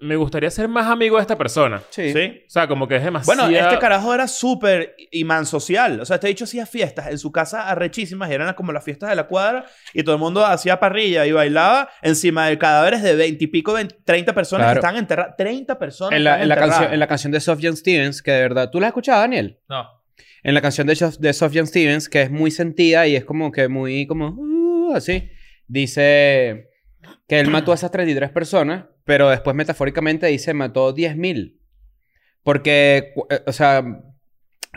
Speaker 2: me gustaría ser más amigo de esta persona.
Speaker 4: Sí.
Speaker 3: Sí.
Speaker 2: O sea, como que es demasiado...
Speaker 3: Bueno, este carajo era súper imán social. O sea, este dicho hacía fiestas en su casa arrechísimas y eran como las fiestas de la cuadra y todo el mundo hacía parrilla y bailaba encima de cadáveres de veintipico, treinta personas
Speaker 4: Claro.
Speaker 3: que están enterradas. Treinta personas.
Speaker 4: En la,
Speaker 3: están
Speaker 4: en la
Speaker 3: enterradas.
Speaker 4: canción, en la canción de Sufjan Stevens, que de verdad, ¿tú la has escuchado, Daniel?
Speaker 5: tal. No.
Speaker 4: En la canción de, Sof- de Sufjan Stevens, que es muy sentida y es como que muy, como, "Uh", así, dice que él mató a esas 33 personas, pero después metafóricamente dice mató 10.000. Porque, cu- eh, o sea,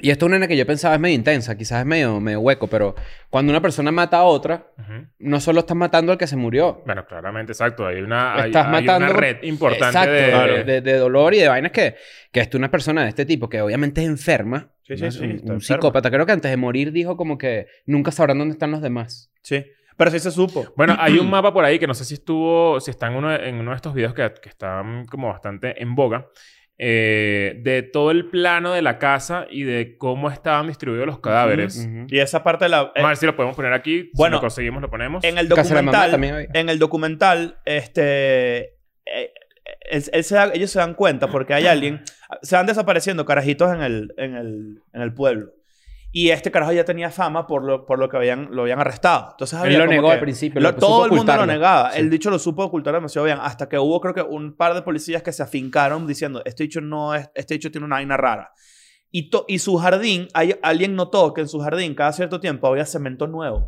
Speaker 4: y esto es una en la que yo pensaba es medio intensa, quizás es medio, medio hueco, pero cuando una persona mata a otra,
Speaker 2: Ujú.
Speaker 4: no solo estás matando al que se murió.
Speaker 2: Bueno, claramente, exacto. Hay una, hay,
Speaker 4: Estás
Speaker 2: hay
Speaker 4: matando
Speaker 2: una
Speaker 4: con-
Speaker 2: red importante
Speaker 4: Exacto,
Speaker 2: de...
Speaker 4: de, de- de dolor y de vainas que, que esto una persona de este tipo que obviamente es enferma.
Speaker 3: Sí, sí,
Speaker 4: ¿no? Es
Speaker 3: sí,
Speaker 4: un,
Speaker 3: está
Speaker 4: un
Speaker 3: enferma.
Speaker 4: psicópata. Creo que antes de morir dijo como que nunca sabrán dónde están los demás.
Speaker 3: Sí. Pero sí se supo.
Speaker 2: Bueno, hay
Speaker 4: *clears throat*
Speaker 2: un mapa por ahí que no sé si estuvo, si está en uno, de- en uno de estos videos que, que están como bastante en boga, eh, de todo el plano de la casa y de cómo estaban distribuidos los cadáveres.
Speaker 3: Y esa parte de la. eh,
Speaker 2: Vamos a ver si lo podemos poner aquí. si
Speaker 3: Bueno,
Speaker 2: lo conseguimos, lo ponemos.
Speaker 3: En el
Speaker 4: Casa de la mamá
Speaker 3: documental,
Speaker 4: también había.
Speaker 3: en el documental, este, eh, eh, él- él se da- ellos se dan cuenta porque hay alguien, se van desapareciendo carajitos en el, en el, en el pueblo. Y este carajo ya tenía fama por lo, por lo que habían, lo habían arrestado. Entonces había
Speaker 4: Él lo
Speaker 3: como
Speaker 4: negó
Speaker 3: que-
Speaker 4: al principio.
Speaker 3: lo-
Speaker 4: lo supo
Speaker 3: todo el mundo lo
Speaker 4: ocultarlo.
Speaker 3: negaba.
Speaker 4: Sí.
Speaker 3: El dicho lo supo ocultar demasiado bien. Hasta que hubo, creo que, un par de policías que se afincaron diciendo: Este dicho no es, este dicho tiene una vaina rara. Y, to- y su jardín, hay- alguien notó que en su jardín, cada cierto tiempo, había cemento nuevo.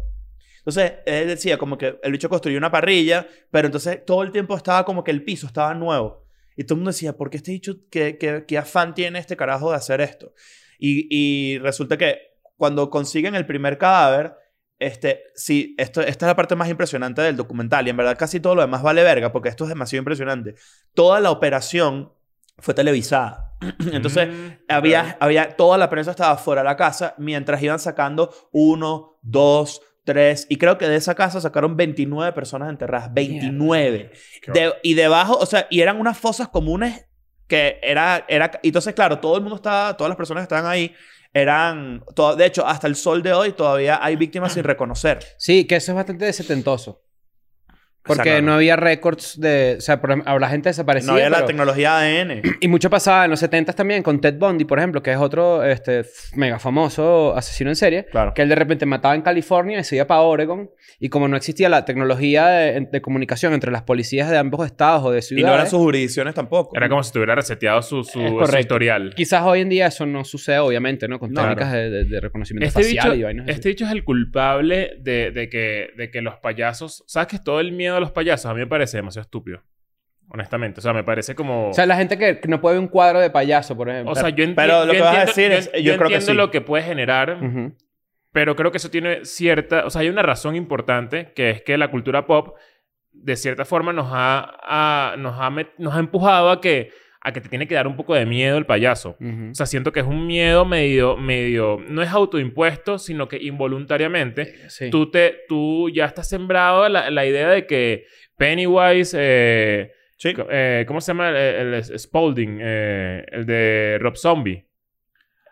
Speaker 3: Entonces, él decía como que el bicho construyó una parrilla, pero entonces todo el tiempo estaba como que el piso estaba nuevo. Y todo el mundo decía, ¿por qué este dicho, qué, qué, qué afán tiene este carajo de hacer esto? Y, y resulta que cuando consiguen el primer cadáver, este, sí, esto, esta es la parte más impresionante del documental y en verdad casi todo lo demás vale verga porque esto es demasiado impresionante. Toda la operación fue televisada. *clears throat* Entonces,
Speaker 2: Mm,
Speaker 3: había,
Speaker 2: claro.
Speaker 3: había, toda la prensa estaba fuera de la casa mientras iban sacando uno, dos, tres. Y creo que de esa casa sacaron 29 personas enterradas. 29.
Speaker 2: Qué
Speaker 3: De- y debajo, o sea, y eran unas fosas comunes que era, era... Y entonces, claro, todo el mundo estaba, todas las personas que estaban ahí eran... to- de hecho, hasta el sol de hoy todavía hay víctimas sin reconocer.
Speaker 4: Sí, que eso es bastante setentoso.
Speaker 2: *clears throat*
Speaker 4: Porque
Speaker 3: Exacto.
Speaker 4: no había récords de... O sea, por ejemplo, habrá gente desaparecida.
Speaker 3: No había la
Speaker 4: pero-
Speaker 3: tecnología ADN.
Speaker 4: Y mucho pasaba en los 70 también con Ted Bundy, por ejemplo, que es otro este, f- mega famoso asesino en serie.
Speaker 3: Claro.
Speaker 4: Que él de repente mataba en California y se iba para Oregon. Y como no existía la tecnología de, de comunicación entre las policías de ambos estados o de
Speaker 3: Y no eran
Speaker 4: ciudades...
Speaker 3: sus jurisdicciones tampoco.
Speaker 2: Era como si tuviera reseteado su, su,
Speaker 4: Es
Speaker 2: su
Speaker 4: correcto.
Speaker 2: historial.
Speaker 4: Quizás hoy en día eso no sucede, obviamente, ¿no? Con
Speaker 2: No,
Speaker 4: técnicas de, de- de reconocimiento
Speaker 2: Este
Speaker 4: facial
Speaker 2: bicho,
Speaker 4: y vainas así.
Speaker 2: este bicho es el culpable de, de que, de que los payasos... ¿Sabes que es todo el miedo a los payasos? A mí me parece demasiado estúpido. Honestamente. O sea, me parece como...
Speaker 4: O sea, la gente que que no puede ver un cuadro de payaso, por ejemplo.
Speaker 2: yo, enti-
Speaker 3: Pero lo
Speaker 2: yo
Speaker 3: que vas a
Speaker 2: entiendo-
Speaker 3: decir es- yo creo que
Speaker 2: entiendo
Speaker 3: sí.
Speaker 2: lo que puede generar,
Speaker 4: Ujú.
Speaker 2: pero creo que eso tiene cierta... O sea, hay una razón importante, que es que la cultura pop, de cierta forma, nos ha, a- nos ha, met- nos ha empujado a que, a que te tiene que dar un poco de miedo el payaso.
Speaker 4: Ujú.
Speaker 2: O sea, siento que es un miedo medio, medio, no es autoimpuesto, sino que involuntariamente
Speaker 4: Sí.
Speaker 2: tú, te, tú ya estás sembrado la, la idea de que Pennywise, eh,
Speaker 3: Sí.
Speaker 2: co- eh, ¿cómo se llama? El, el- el Spaulding, eh, el de Rob Zombie.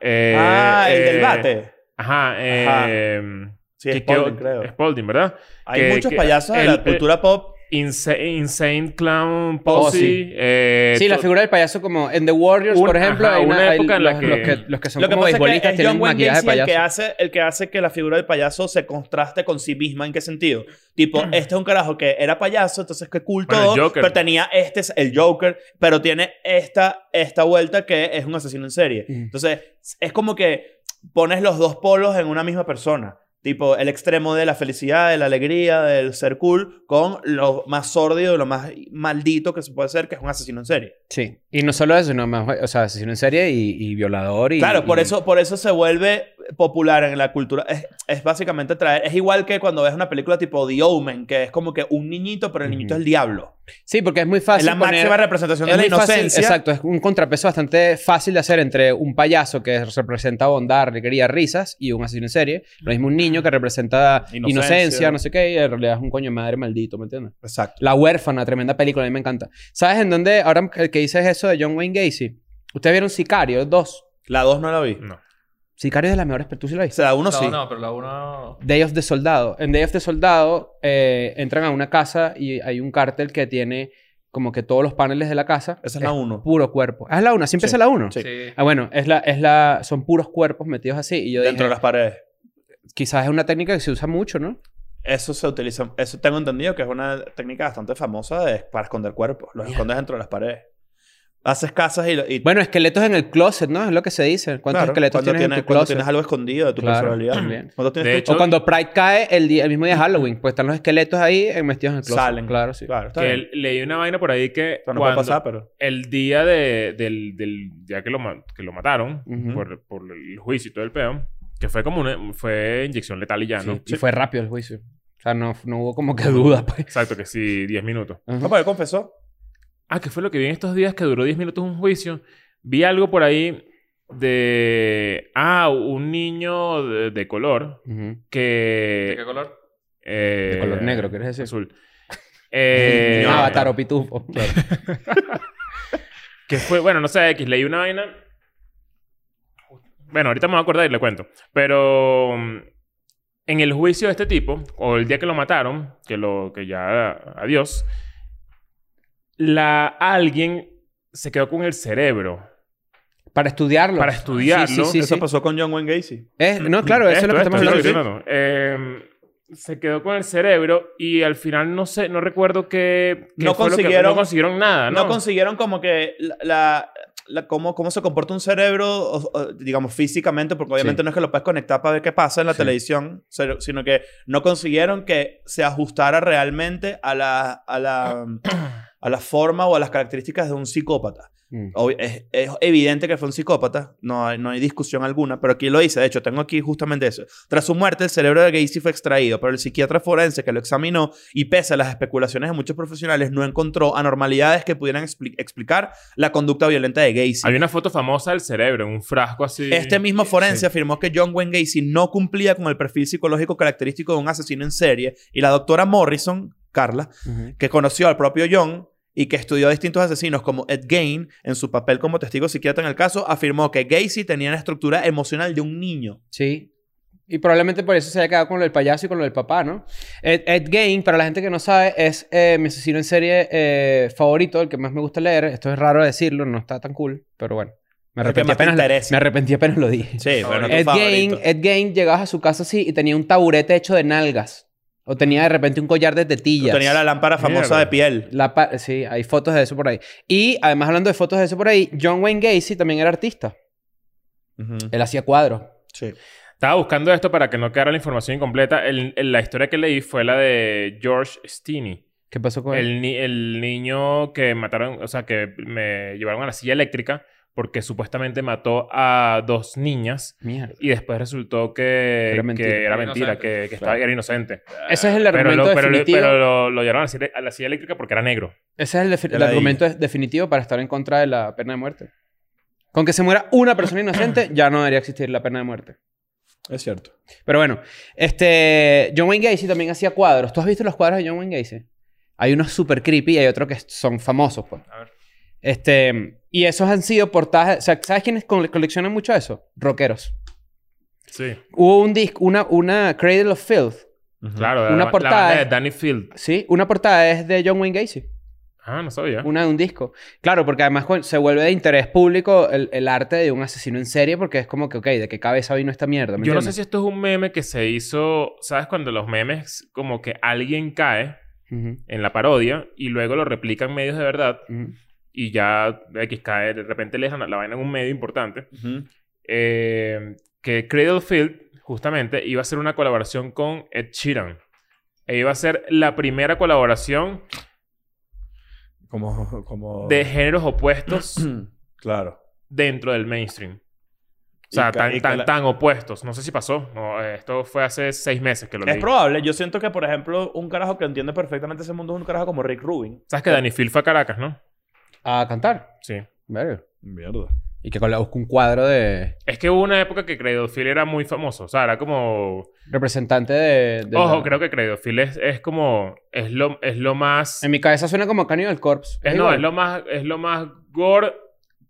Speaker 2: Eh,
Speaker 3: ah, el del
Speaker 2: eh,
Speaker 3: bate.
Speaker 2: Ajá, eh,
Speaker 3: Sí,
Speaker 2: que- que-
Speaker 3: Spalding, creo.
Speaker 2: Spaulding, ¿verdad?
Speaker 3: Hay
Speaker 2: que-
Speaker 3: muchos
Speaker 2: que
Speaker 3: payasos de
Speaker 2: el-
Speaker 3: la cultura pop.
Speaker 2: Insa- Insane
Speaker 3: Oh,
Speaker 2: Clown Posey.
Speaker 4: sí.
Speaker 2: eh,
Speaker 4: Sí, la
Speaker 2: to-
Speaker 4: figura del payaso como en The Warriors,
Speaker 2: Un-
Speaker 4: por ejemplo,
Speaker 2: ajá,
Speaker 4: hay
Speaker 2: una
Speaker 4: hay
Speaker 2: época en la
Speaker 4: los,
Speaker 2: que-
Speaker 4: los que, los que son
Speaker 3: Lo que
Speaker 4: como
Speaker 3: pasa es que
Speaker 4: beisbolistas
Speaker 3: es
Speaker 4: tienen
Speaker 3: John Wayne
Speaker 4: maquillaje de
Speaker 3: Gacy el que,
Speaker 4: payaso.
Speaker 3: hace, el que hace que la figura del payaso se contraste con sí misma. ¿En qué sentido? Tipo, este es un carajo que era payaso, entonces que cool
Speaker 2: Bueno, el
Speaker 3: todo,
Speaker 2: Joker.
Speaker 3: pero tenía este, es el Joker, pero tiene esta, esta vuelta que es un asesino en serie.
Speaker 4: Mm.
Speaker 3: Entonces, es como que pones los dos polos en una misma persona. Tipo, el extremo de la felicidad, de la alegría, del ser cool, con lo más sórdido, lo más maldito que se puede ser, que es un asesino en serie.
Speaker 4: Sí. Y no solo eso, sino más, o sea, asesino en serie y, y violador y...
Speaker 3: Claro, por
Speaker 4: y-
Speaker 3: eso, por eso se vuelve popular en la cultura. Es, es básicamente traer. Es igual que cuando ves una película tipo The Omen, que es como que un niñito, pero el niñito
Speaker 4: Ujú.
Speaker 3: es el diablo.
Speaker 4: Sí, porque es muy
Speaker 3: es
Speaker 4: fácil
Speaker 3: la
Speaker 4: poner-
Speaker 3: máxima representación de la
Speaker 4: muy fácil-
Speaker 3: inocencia.
Speaker 4: exacto, es un contrapeso bastante fácil de hacer entre un payaso que representa bondad, alegría, risas y un asesino en serie. Lo mismo un niño que representa
Speaker 3: Inocencia.
Speaker 4: inocencia, no sé qué, y en realidad es un coño de madre maldito, ¿me entiendes?
Speaker 3: Exacto.
Speaker 4: La huérfana, tremenda película, a mí me encanta. ¿Sabes en dónde, ahora el que dices eso de John Wayne Gacy? ¿Ustedes vieron Sicario 2?
Speaker 3: La 2 no la vi.
Speaker 2: No.
Speaker 4: Sicario es de las mejores, pero tú sí la
Speaker 3: O
Speaker 4: viste.
Speaker 3: sea, la 1
Speaker 5: no,
Speaker 3: sí.
Speaker 5: no, pero la uno...
Speaker 4: Day of the Soldado. En Day of the Soldado eh, entran a una casa y hay un cártel que tiene como que todos los paneles de la casa.
Speaker 3: Esa es la 1.
Speaker 4: Puro cuerpo. Ah, es la una. Siempre
Speaker 3: Sí.
Speaker 4: es la una.
Speaker 3: Sí.
Speaker 5: Sí.
Speaker 4: Ah, bueno, es la, es la, son puros cuerpos metidos así. Y yo
Speaker 3: Dentro de
Speaker 4: dije,
Speaker 3: las paredes.
Speaker 4: quizás es una técnica que se usa mucho, ¿no?
Speaker 3: Eso se utiliza. Eso tengo entendido que es una técnica bastante famosa de- para esconder cuerpos. Los escondes dentro de las paredes. Haces casas y. lo- y
Speaker 4: Bueno, esqueletos en el closet, ¿no? Es lo que se dice. ¿Cuántos
Speaker 3: claro,
Speaker 4: esqueletos
Speaker 3: cuando
Speaker 4: tienes, en tu
Speaker 3: cuando
Speaker 4: closet?
Speaker 3: tienes algo escondido de tu
Speaker 4: Claro,
Speaker 3: personalidad.
Speaker 4: también.
Speaker 3: Cuando tienes
Speaker 2: De
Speaker 3: tu-
Speaker 2: hecho,
Speaker 4: O cuando Pride cae el, día, el mismo día de Halloween, pues están los esqueletos ahí eh, metidos en el closet.
Speaker 3: salen.
Speaker 4: Claro, sí.
Speaker 3: Claro, está
Speaker 2: Que
Speaker 3: bien.
Speaker 2: él- leí una vaina por ahí que
Speaker 3: Pero
Speaker 2: cuando-
Speaker 3: no puede pasar, pero.
Speaker 2: el día de, del, del día que lo, ma- que lo mataron
Speaker 4: Ujú.
Speaker 2: por, por el juicio y todo el peón, que fue como una fue inyección letal y ya,
Speaker 4: Sí,
Speaker 2: ¿no?
Speaker 4: Y fue rápido el juicio. O sea, no, no hubo como que duda, *laughs* pues.
Speaker 2: Exacto, que sí, 10 minutos.
Speaker 3: No,
Speaker 4: Ajá.
Speaker 3: pero Ah, pues, él confesó.
Speaker 2: Ah, que fue lo que vi en estos días que duró 10 minutos un juicio. Vi algo por ahí de. Ah, un niño de, de color
Speaker 4: Ujú.
Speaker 5: ¿De qué
Speaker 2: que.
Speaker 5: color?
Speaker 2: eh,
Speaker 4: De color negro, ¿quieres decir?
Speaker 2: Azul. Eh,
Speaker 4: *laughs* Un Avatar o Pitufo.
Speaker 2: Que fue, bueno, no sé, X, leí una vaina. Bueno, ahorita me voy a acordar y le cuento. Pero mm, en el juicio de este tipo, o el día que lo mataron, que lo que ya adiós, la alguien se quedó con el cerebro
Speaker 4: Para estudiarlo.
Speaker 2: para estudiarlo.
Speaker 4: Sí, sí, sí.
Speaker 3: Eso
Speaker 4: sí.
Speaker 3: pasó con John Wayne Gacy.
Speaker 4: Es- no, claro, eso es lo que
Speaker 2: Esto,
Speaker 4: estamos
Speaker 2: esto,
Speaker 4: hablando.
Speaker 2: esto que estoy hablando. Eh, se quedó con el cerebro y al final no sé, no recuerdo que,
Speaker 3: No consiguieron-
Speaker 2: no consiguieron nada, Ah, ¿no?
Speaker 3: No consiguieron como que la... la- la- cómo, cómo se comporta un cerebro, o- o, digamos, físicamente, porque obviamente
Speaker 4: Sí.
Speaker 3: no es que lo puedes conectar para ver qué pasa en la
Speaker 4: Sí.
Speaker 3: televisión, se- sino que no consiguieron que se ajustara *clears throat* realmente a la, a, la, a la forma o a las características de un psicópata.
Speaker 4: Mm.
Speaker 3: Obvi- es, es evidente que fue un psicópata, no hay, no hay discusión alguna, pero aquí lo dice, de hecho, tengo aquí justamente eso. Tras su muerte, el cerebro de Gacy fue extraído, pero el psiquiatra forense que lo examinó y pese a las especulaciones de muchos profesionales, no encontró anormalidades que pudieran expli- explicar la conducta violenta de Gacy.
Speaker 2: Hay una foto famosa del cerebro en un frasco así.
Speaker 3: Este mismo forense
Speaker 2: Sí.
Speaker 3: afirmó que John Wayne Gacy no cumplía con el perfil psicológico característico de un asesino en serie y la doctora Morrison, Carla, que conoció al propio John y que estudió a distintos asesinos como Ed Gain en su papel como testigo psiquiatra en el caso, afirmó que Gacy tenía la estructura emocional de un niño.
Speaker 4: Sí. Y probablemente por eso se haya quedado con lo del payaso y con lo del papá, ¿no? Ed, Ed Gein, para la gente que no sabe, es eh, mi asesino en serie eh, favorito, el que más me gusta leer. Esto es raro decirlo, no está tan cool, pero bueno. Me
Speaker 3: El que
Speaker 4: arrepentí
Speaker 3: más te
Speaker 4: apenas,
Speaker 3: interesa.
Speaker 4: me arrepentí apenas lo dije.
Speaker 3: Sí,
Speaker 5: bueno,
Speaker 4: Ed Gain, Ed Gein llegabas a su casa así y tenía un taburete hecho de nalgas. O tenía de repente un collar de tetillas.
Speaker 3: Tenía la lámpara famosa
Speaker 2: Mierda.
Speaker 3: de piel.
Speaker 4: La pa- sí, hay fotos de eso por ahí. Y además, hablando de fotos de eso por ahí, John Wayne Gacy también era artista.
Speaker 3: Ujú.
Speaker 4: Él hacía cuadros.
Speaker 3: Sí.
Speaker 2: Estaba buscando esto para que no quedara la información incompleta. El- el- la historia que leí fue la de George Steeny.
Speaker 4: ¿Qué pasó con él?
Speaker 2: El, ni- el niño que mataron, o sea, que me llevaron a la silla eléctrica porque supuestamente mató a dos niñas
Speaker 4: Mierda.
Speaker 2: y después resultó que
Speaker 4: Era
Speaker 2: era
Speaker 4: mentira.
Speaker 2: mentira, que, era,
Speaker 5: Era
Speaker 2: mentira,
Speaker 5: inocente.
Speaker 2: que- que estaba,
Speaker 4: Claro.
Speaker 2: era inocente.
Speaker 4: Ese es el
Speaker 2: Pero,
Speaker 4: argumento
Speaker 2: lo, pero, lo,
Speaker 4: definitivo.
Speaker 2: pero lo- lo llevaron a la silla- a la silla eléctrica porque era negro.
Speaker 4: Ese es el, defi-
Speaker 3: Ya
Speaker 4: el
Speaker 3: la
Speaker 4: argumento es- definitivo para estar en contra de la pena de muerte. Con que se muera una persona
Speaker 3: *coughs*
Speaker 4: inocente, ya no debería existir la pena de muerte.
Speaker 3: Es cierto.
Speaker 4: Pero bueno, este, John Wayne Gacy también hacía cuadros. ¿Tú has visto los cuadros de John Wayne Gacy? Hay unos super creepy y hay otros que son famosos, pues.
Speaker 5: A ver.
Speaker 4: Este, y esos han sido portadas... O sea, ¿sabes quiénes cole- coleccionan mucho eso? Rockeros.
Speaker 2: Sí.
Speaker 4: Hubo un disco, una, una Cradle of Filth,
Speaker 2: Claro. la-
Speaker 4: Una
Speaker 2: la,
Speaker 4: portada
Speaker 2: banda de
Speaker 4: es-
Speaker 2: Danny Field.
Speaker 4: ¿sí? Una portada es de John Wayne Gacy.
Speaker 2: Ah, no sabía.
Speaker 4: Una de un disco. Claro, porque además cu- se vuelve de interés público el, el arte de un asesino en serie porque es como que, ok, ¿de qué cabeza vino esta mierda? ¿Me
Speaker 2: Yo no sé
Speaker 4: entiendes?
Speaker 2: si esto es un meme que se hizo, ¿sabes? Cuando los memes, como que alguien cae
Speaker 4: Ujú,
Speaker 2: en la parodia y luego lo replican medios de verdad
Speaker 4: ujú.
Speaker 2: y ya X cae, de repente le dejan la vaina en un medio importante.
Speaker 3: Ujú.
Speaker 2: Eh, que Cradlefield, justamente, iba a hacer una colaboración con Ed Sheeran. E iba a ser la primera colaboración
Speaker 3: Como, como...
Speaker 2: de géneros opuestos
Speaker 3: *clears throat* claro.
Speaker 2: dentro del mainstream. O
Speaker 3: Y
Speaker 2: sea,
Speaker 3: ca- y
Speaker 2: tan,
Speaker 3: ca-
Speaker 2: tan, tan opuestos. No sé si pasó. No, eh, esto fue hace seis meses que lo
Speaker 3: Es
Speaker 2: leí.
Speaker 3: probable. Yo siento que, por ejemplo, un carajo que entiende perfectamente ese mundo es un carajo como Rick Rubin.
Speaker 2: Sabes que Danny Phil fue a Caracas, ¿no?
Speaker 4: A cantar.
Speaker 2: Sí.
Speaker 4: Verga.
Speaker 3: Mierda.
Speaker 4: Y que con la busca un cuadro de
Speaker 2: Es que hubo una época que Cradlefield era muy famoso. O sea, era como...
Speaker 4: representante de... de
Speaker 2: Ojo,
Speaker 4: la-
Speaker 2: creo que Cradlefield es, es como... Es lo, es lo más...
Speaker 4: En mi cabeza suena como Cannibal Corpse.
Speaker 2: es- no,
Speaker 4: Em, igual.
Speaker 2: es lo más, es lo más gore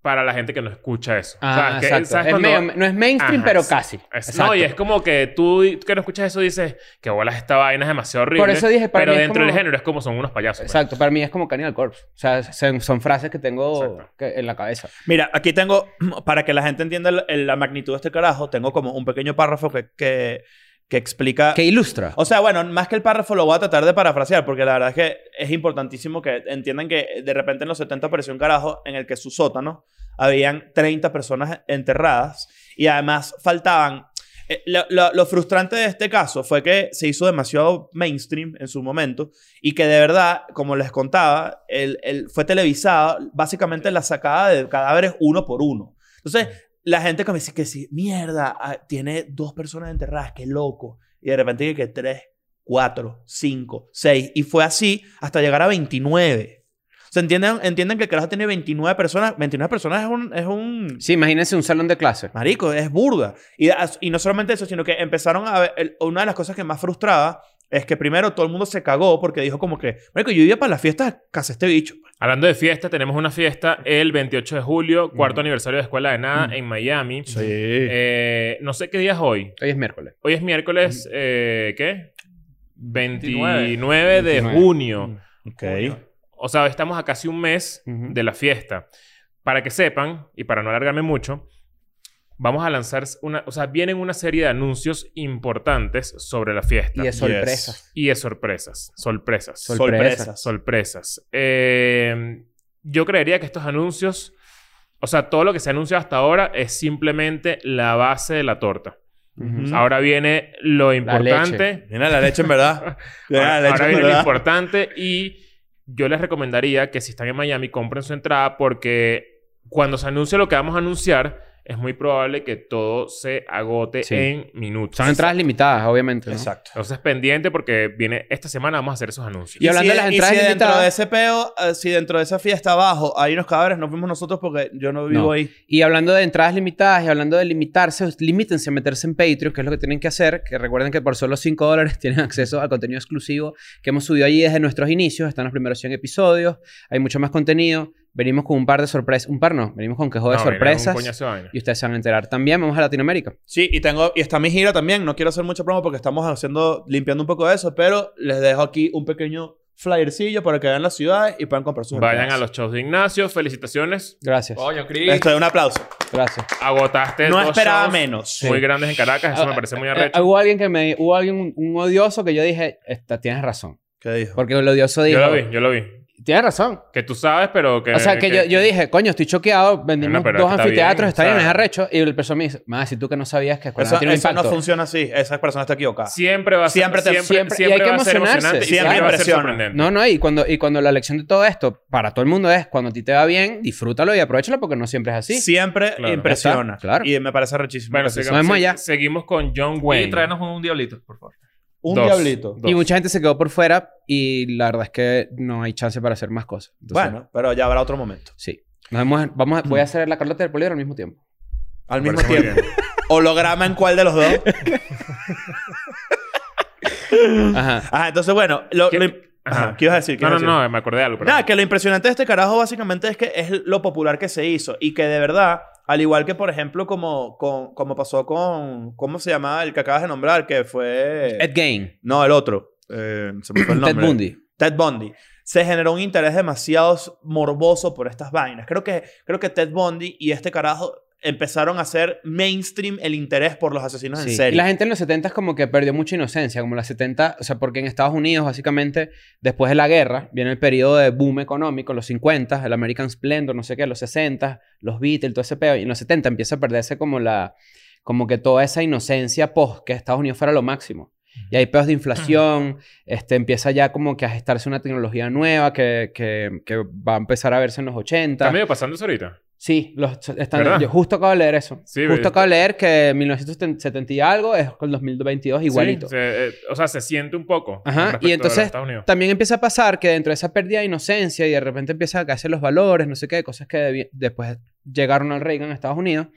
Speaker 2: para la gente que no escucha eso.
Speaker 4: Ah,
Speaker 2: o sea, que,
Speaker 4: exacto.
Speaker 2: ¿sabes
Speaker 4: Es
Speaker 2: cuando-
Speaker 4: medio- no es mainstream,
Speaker 2: Ajá,
Speaker 4: pero
Speaker 2: sí.
Speaker 4: casi.
Speaker 2: es-
Speaker 4: Exacto.
Speaker 2: no, y es como que tú que no escuchas eso dices que bolas esta vaina es demasiado horrible.
Speaker 4: Por eso dije, para
Speaker 2: Pero
Speaker 4: mí es
Speaker 2: dentro
Speaker 4: como-
Speaker 2: del género es como son unos payasos. pues.
Speaker 4: Exacto, para mí es como Cannibal Corpse. O sea, son, son frases que tengo
Speaker 2: Exacto.
Speaker 4: que- en la cabeza.
Speaker 3: Mira, aquí tengo, *clears throat* para que la gente entienda el- el- la magnitud de este carajo, tengo como un pequeño párrafo que, que, que explica...
Speaker 4: Que ilustra.
Speaker 3: O sea, bueno, más que el párrafo lo voy a tratar de parafrasear, porque la verdad es que es importantísimo que entiendan que de repente en los 70 apareció un carajo en el que su sótano habían 30 personas enterradas y además faltaban... eh, lo, lo- lo frustrante de este caso fue que se hizo demasiado mainstream en su momento y que de verdad, como les contaba, el, el- fue televisada básicamente la sacada de cadáveres uno por uno. Entonces, la gente que me dice que sí, mierda, ah, tiene dos personas enterradas, qué loco. Y de repente que, que tres, cuatro, cinco, seis. Y fue así hasta llegar a 29. O sea, entienden, entienden que el carajo tiene 29 personas. 29 personas es un... Es un
Speaker 4: Sí, imagínense un salón de clase.
Speaker 3: Marico, es burda. Y, as- y no solamente eso, sino que empezaron a ver... el- una de las cosas que más frustraba es que primero todo el mundo se cagó porque dijo como que... Marico, yo iba para la fiesta, casi este bicho.
Speaker 2: Hablando de fiesta, tenemos una fiesta el 28 de julio, cuarto
Speaker 4: Ujú.
Speaker 2: aniversario de Escuela de
Speaker 4: Mm.
Speaker 2: Nada en Miami. Eh, no sé qué día es hoy.
Speaker 4: Hoy es miércoles.
Speaker 2: Hoy es miércoles, eh, ¿qué? 29,
Speaker 5: 29.
Speaker 2: de
Speaker 4: 29.
Speaker 2: junio.
Speaker 3: Ok.
Speaker 2: O sea, estamos a casi un mes
Speaker 4: Ujú.
Speaker 2: de la fiesta. Para que sepan, y para no alargarme mucho, vamos a lanzar una... O sea, vienen una serie de anuncios importantes sobre la fiesta.
Speaker 4: Y es sorpresa.
Speaker 2: Y de sorpresas. Sorpresas.
Speaker 4: Sol-
Speaker 3: Sorpresas.
Speaker 2: sorpresas. Eh, yo creería que estos anuncios... O sea, todo lo que se anuncia hasta ahora es simplemente la base de la torta.
Speaker 3: Ujú.
Speaker 2: Ahora viene lo importante.
Speaker 3: Mira la leche, en *laughs* verdad. Mira
Speaker 2: Ahora,
Speaker 3: la leche,
Speaker 2: ahora
Speaker 3: en
Speaker 2: viene lo
Speaker 3: verdad.
Speaker 2: importante y yo les recomendaría que si están en Miami compren su entrada porque cuando se anuncia lo que vamos a anunciar, es muy probable que todo se agote
Speaker 4: Sí.
Speaker 2: en minutos.
Speaker 4: Son entradas limitadas, obviamente. ¿no?
Speaker 3: Exacto.
Speaker 2: Entonces, pendiente porque viene esta semana vamos a hacer esos anuncios.
Speaker 4: Y hablando de las entradas
Speaker 3: si dentro
Speaker 4: limitadas-
Speaker 3: de ese peo, eh, si dentro de esa fiesta abajo hay unos cadáveres, nos vemos nosotros porque yo no vivo
Speaker 4: No.
Speaker 3: ahí.
Speaker 4: Y hablando de entradas limitadas y hablando de limitarse, limítense a meterse en Patreon, que es lo que tienen que hacer. Que recuerden que por solo 5 dólares *laughs* tienen acceso al contenido exclusivo que hemos subido allí desde nuestros inicios. Están los primeros 100 episodios. Hay mucho más contenido. Venimos con un par de sorpresas. Un par no. Venimos con quejo de
Speaker 2: No, viene un
Speaker 4: sorpresas.
Speaker 2: coñazo de vaina.
Speaker 4: Y ustedes se van a enterar también. Vamos a Latinoamérica.
Speaker 3: Sí, y tengo y está mi gira también. No quiero hacer mucha promo porque estamos haciendo limpiando un poco de eso, pero les dejo aquí un pequeño flyercillo para que vean la ciudad y puedan comprar sus
Speaker 2: Vayan a
Speaker 3: entradas.
Speaker 2: los shows de Ignacio. Felicitaciones.
Speaker 4: Gracias.
Speaker 5: Coño, Chris.
Speaker 3: Esto es un aplauso.
Speaker 4: Gracias.
Speaker 2: Agotaste
Speaker 3: No
Speaker 2: dos
Speaker 3: esperaba
Speaker 2: shows
Speaker 3: menos.
Speaker 2: Muy
Speaker 4: Sí.
Speaker 2: grandes en Caracas. Eso me
Speaker 4: Ah,
Speaker 2: parece muy
Speaker 4: Eh,
Speaker 2: arrecho.
Speaker 4: hubo alguien que me... Hubo alguien, un, un odioso que yo dije, "Esta- tienes razón.
Speaker 3: ¿Qué dijo?
Speaker 4: Porque el odioso ah, dijo...
Speaker 2: Yo lo vi, yo lo vi.
Speaker 4: Tienes razón.
Speaker 2: Que tú sabes, pero Eh, que...
Speaker 4: O sea, que, yo, yo dije, coño, estoy choqueado,
Speaker 2: Bueno,
Speaker 4: vendimos
Speaker 2: pero
Speaker 4: dos
Speaker 2: está bien,
Speaker 4: anfiteatros, está
Speaker 2: o
Speaker 4: bien,
Speaker 2: sea-
Speaker 4: es arrecho. Y el persona me dice, más si tú que no sabías que
Speaker 3: Eso,
Speaker 4: Escuela tiene un
Speaker 3: eso
Speaker 4: impacto.
Speaker 3: no funciona así. Esa persona está equivocada.
Speaker 2: Siempre va a ser...
Speaker 3: Siempre te-
Speaker 4: Ah. siempre- y hay que
Speaker 2: va a ser
Speaker 4: emocionarse.
Speaker 2: emocionante. y
Speaker 4: Siempre
Speaker 2: siempre va a ser
Speaker 3: impresiona.
Speaker 2: sorprendente.
Speaker 4: No, no, y cuando, y cuando la lección de todo esto, para todo el mundo es, cuando a ti te va bien, disfrútalo y aprovechalo porque no siempre es así.
Speaker 3: Siempre
Speaker 2: Claro.
Speaker 3: impresiona.
Speaker 4: Está, claro.
Speaker 3: Y me parece rechísimo.
Speaker 2: Bueno,
Speaker 3: que sí.
Speaker 2: sigamos,
Speaker 4: Vamos allá.
Speaker 2: seguimos con John
Speaker 5: Y
Speaker 2: Wayne.
Speaker 5: traernos un diablito, por favor.
Speaker 3: un
Speaker 2: Dos,
Speaker 3: diablito.
Speaker 2: dos.
Speaker 4: y mucha gente se quedó por fuera y la verdad es que no hay chance para hacer más cosas. Entonces,
Speaker 3: Bueno, Mm. pero ya habrá otro momento.
Speaker 4: Sí. Nos vemos en- vamos a- voy a hacer la Carlota del Polígono al mismo tiempo.
Speaker 3: Al
Speaker 2: Me
Speaker 3: mismo
Speaker 2: parece muy
Speaker 3: tiempo. *laughs* Holograma en cuál de los dos. *laughs*
Speaker 4: Ajá.
Speaker 3: Ajá, entonces bueno, lo,
Speaker 2: ¿Qué?
Speaker 3: lo im- Ajá,
Speaker 2: Ajá.
Speaker 3: ¿qué ibas a decir? ¿Qué
Speaker 2: No,
Speaker 3: ibas a
Speaker 2: no,
Speaker 3: decir?
Speaker 2: no. Me acordé de algo. pero-
Speaker 3: Nada, que lo impresionante de este carajo básicamente es que es lo popular que se hizo y que de verdad, al igual que por ejemplo como, con- como pasó con, ¿cómo se llamaba el que acabas de nombrar? Que fue...
Speaker 4: Ed Gain.
Speaker 3: No, el otro. Eh, se me fue el
Speaker 4: Ted
Speaker 3: nombre.
Speaker 4: Bundy.
Speaker 3: Ted Bundy. Se generó un interés demasiado morboso por estas vainas. Creo que, creo que Ted Bundy y este carajo empezaron a hacer mainstream el interés por los asesinos
Speaker 4: Sí.
Speaker 3: en
Speaker 4: Y
Speaker 3: serie.
Speaker 4: la gente en los 70 como que perdió mucha inocencia, como las 70, o sea, porque en Estados Unidos básicamente después de la guerra viene el periodo de boom económico, los 50, el American Splendor, no sé qué, los 60, los Beatles, todo ese pedo, y en los 70 empieza a perderse como la, como que toda esa inocencia post que Estados Unidos fuera lo máximo. Y hay pedos de inflación, este, empieza ya como que a gestarse una tecnología nueva que, que, que va a empezar a verse en los 80.
Speaker 2: Está medio pasando eso ahorita.
Speaker 4: Sí, los
Speaker 2: ¿Verdad?
Speaker 4: están, yo justo acabo de leer eso.
Speaker 2: Sí, ve-
Speaker 4: justo acabo de leer que 1970 y algo es con 2022 igualito.
Speaker 2: Sí, se- eh, o sea, se siente un poco.
Speaker 4: Ajá,
Speaker 2: con respecto
Speaker 4: y
Speaker 2: a
Speaker 4: entonces-
Speaker 2: los Estados Unidos.
Speaker 4: También empieza a pasar que dentro de esa pérdida de inocencia y de repente empieza a caerse los valores, no sé qué, cosas que debi- después llegaron al Reagan en Estados Unidos,